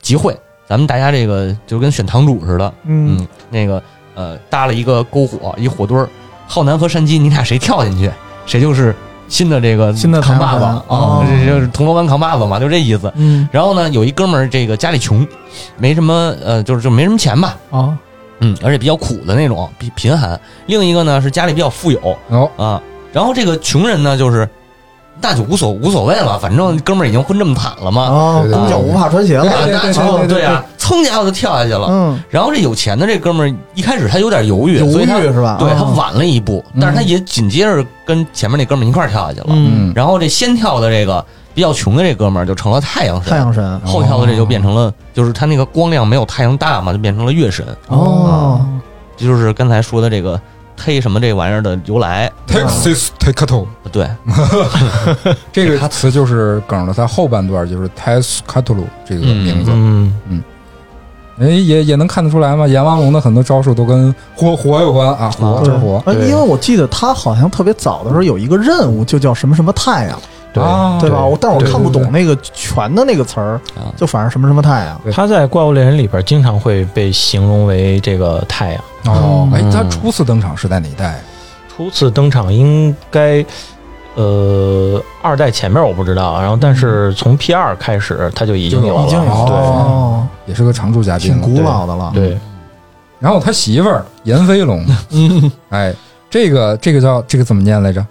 集会，咱们大家这个就跟选堂主似的，
嗯，
嗯，那个呃，搭了一个篝火，一火堆儿。浩南和山鸡，你俩谁跳进去，谁就是新的这个
新的
扛
唐
把子
老板
啊
哦，
这就是铜锣湾扛把子嘛，就这意思。
嗯
然后呢，有一哥们儿这个家里穷，没什么呃，就是就没什么钱吧，
啊，
嗯，而且比较苦的那种，比贫寒。另一个呢是家里比较富有
哦，
啊，然后这个穷人呢就是。那就无所无所谓了，反正哥们儿已经混这么惨了嘛，
啊，
对对
光脚不怕穿鞋
对
了，
啊那
对
就
对
对啊，噌家伙就跳下去了。
嗯，
然后这有钱的这哥们儿一开始他有点犹豫，
犹
所
豫
以他
是吧？
对
啊
他，晚了一步，但是他也紧接着跟前面那哥们儿一块儿跳下去了。
嗯，
嗯，
然后这先跳的这个比较穷的这哥们儿就成了太阳神，
太阳神哦
后跳的这就变成了，就是他那个光亮没有太阳大嘛，就变成了月神，
哦，
这就是刚才说的这个忒什么这玩意儿的由来。呃
Texas Tekato
对，
这个词就是梗的，它后半段就是 Texcatlu 这个名字。
嗯，
哎，也也能看得出来嘛，阎王龙的很多招数都跟火火有关啊，火
啊
是
对
火
哎因为我记得他好像特别早的时候有一个任务，就叫什么什么太阳，
对。
啊，
对吧？我但我
对
看不
对
懂那个全的那个词儿
啊，
就反正什么什么太阳。
对
他在《怪物猎人》里边经常会被形容为这个太阳。
哦，哎，
嗯
他初次登场是在哪一代？
初次登场应该，呃，二代前面我不知道，啊然后但是从 P 二开始他就已经有了，
嗯已经有了
对
哦，
也是个常驻嘉宾
挺
了，
古老的了。
对，
然后他媳妇儿闫飞 龙，哎，这个这个叫这个怎么念来着？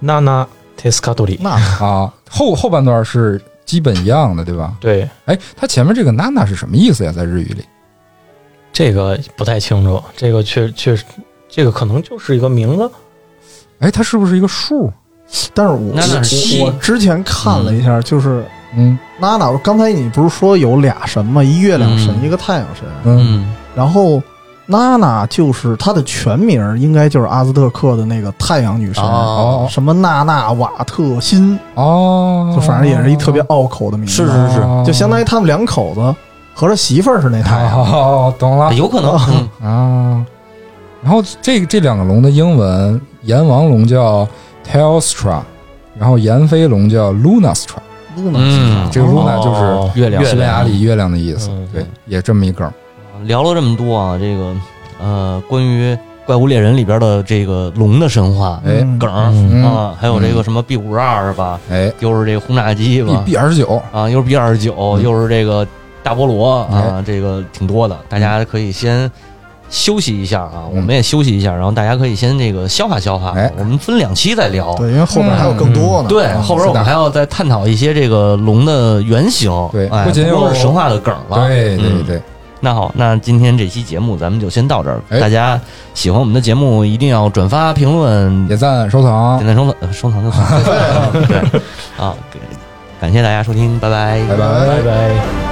娜娜 t e s c a t o l i
嗯那
啊，后后半段是基本一样的，对吧？
对，
哎，他前面这个娜娜是什么意思呀？在日语里，
这个不太清楚，这个确确实，这个可能就是一个名字。
哎，它是不是一个数？
但是我
那那是七
我之前看了一下，就是
嗯
娜娜，刚才你不是说有俩神吗？一月亮神，
嗯
一个太阳神。
嗯，
然后娜娜就是她的全名，应该就是阿兹特克的那个太阳女神，
哦
什么娜娜瓦特辛，
哦，
就反正也是一特别拗口的名字，
是是是
就相当于他们两口子合着媳妇儿是那太阳。
哦，懂了
有可能。嗯
啊。然后这这两个龙的英文，阎王龙叫 Telstra，然后阎飞龙叫 Lunastra，
露娜
嗯
这个 Luna 就是
哦
月亮
西班牙里月亮的意思
嗯，
对，也这么一梗。
聊了这么多啊，这个呃，关于《怪物猎人》里边的这个龙的神话
哎
嗯
梗儿
嗯
嗯，
啊，还有这个什么 B 五二吧，
哎
又是这个轰炸机吧
，B，B 二十九，
啊，又是 B 二十九，
嗯哎
又是这个大菠萝啊，这个挺多的，大家可以先休息一下啊，
嗯
我们也休息一下，然后大家可以先这个消化消化
哎，嗯
我们分两期再聊。
对，因为后边还有更多呢。
对，
啊
后边我
是的
们还要再探讨一些这个龙的原型，
对
哎
不仅有
光是神话的梗了。
对对
嗯
对，
那好，那今天这期节目咱们就先到这儿，
哎
大家喜欢我们的节目一定要转发、评论、
点赞收藏
点，赞、收藏呃、收藏啊就好。对啊，给感谢大家收听，拜拜
哎
拜拜。
拜拜。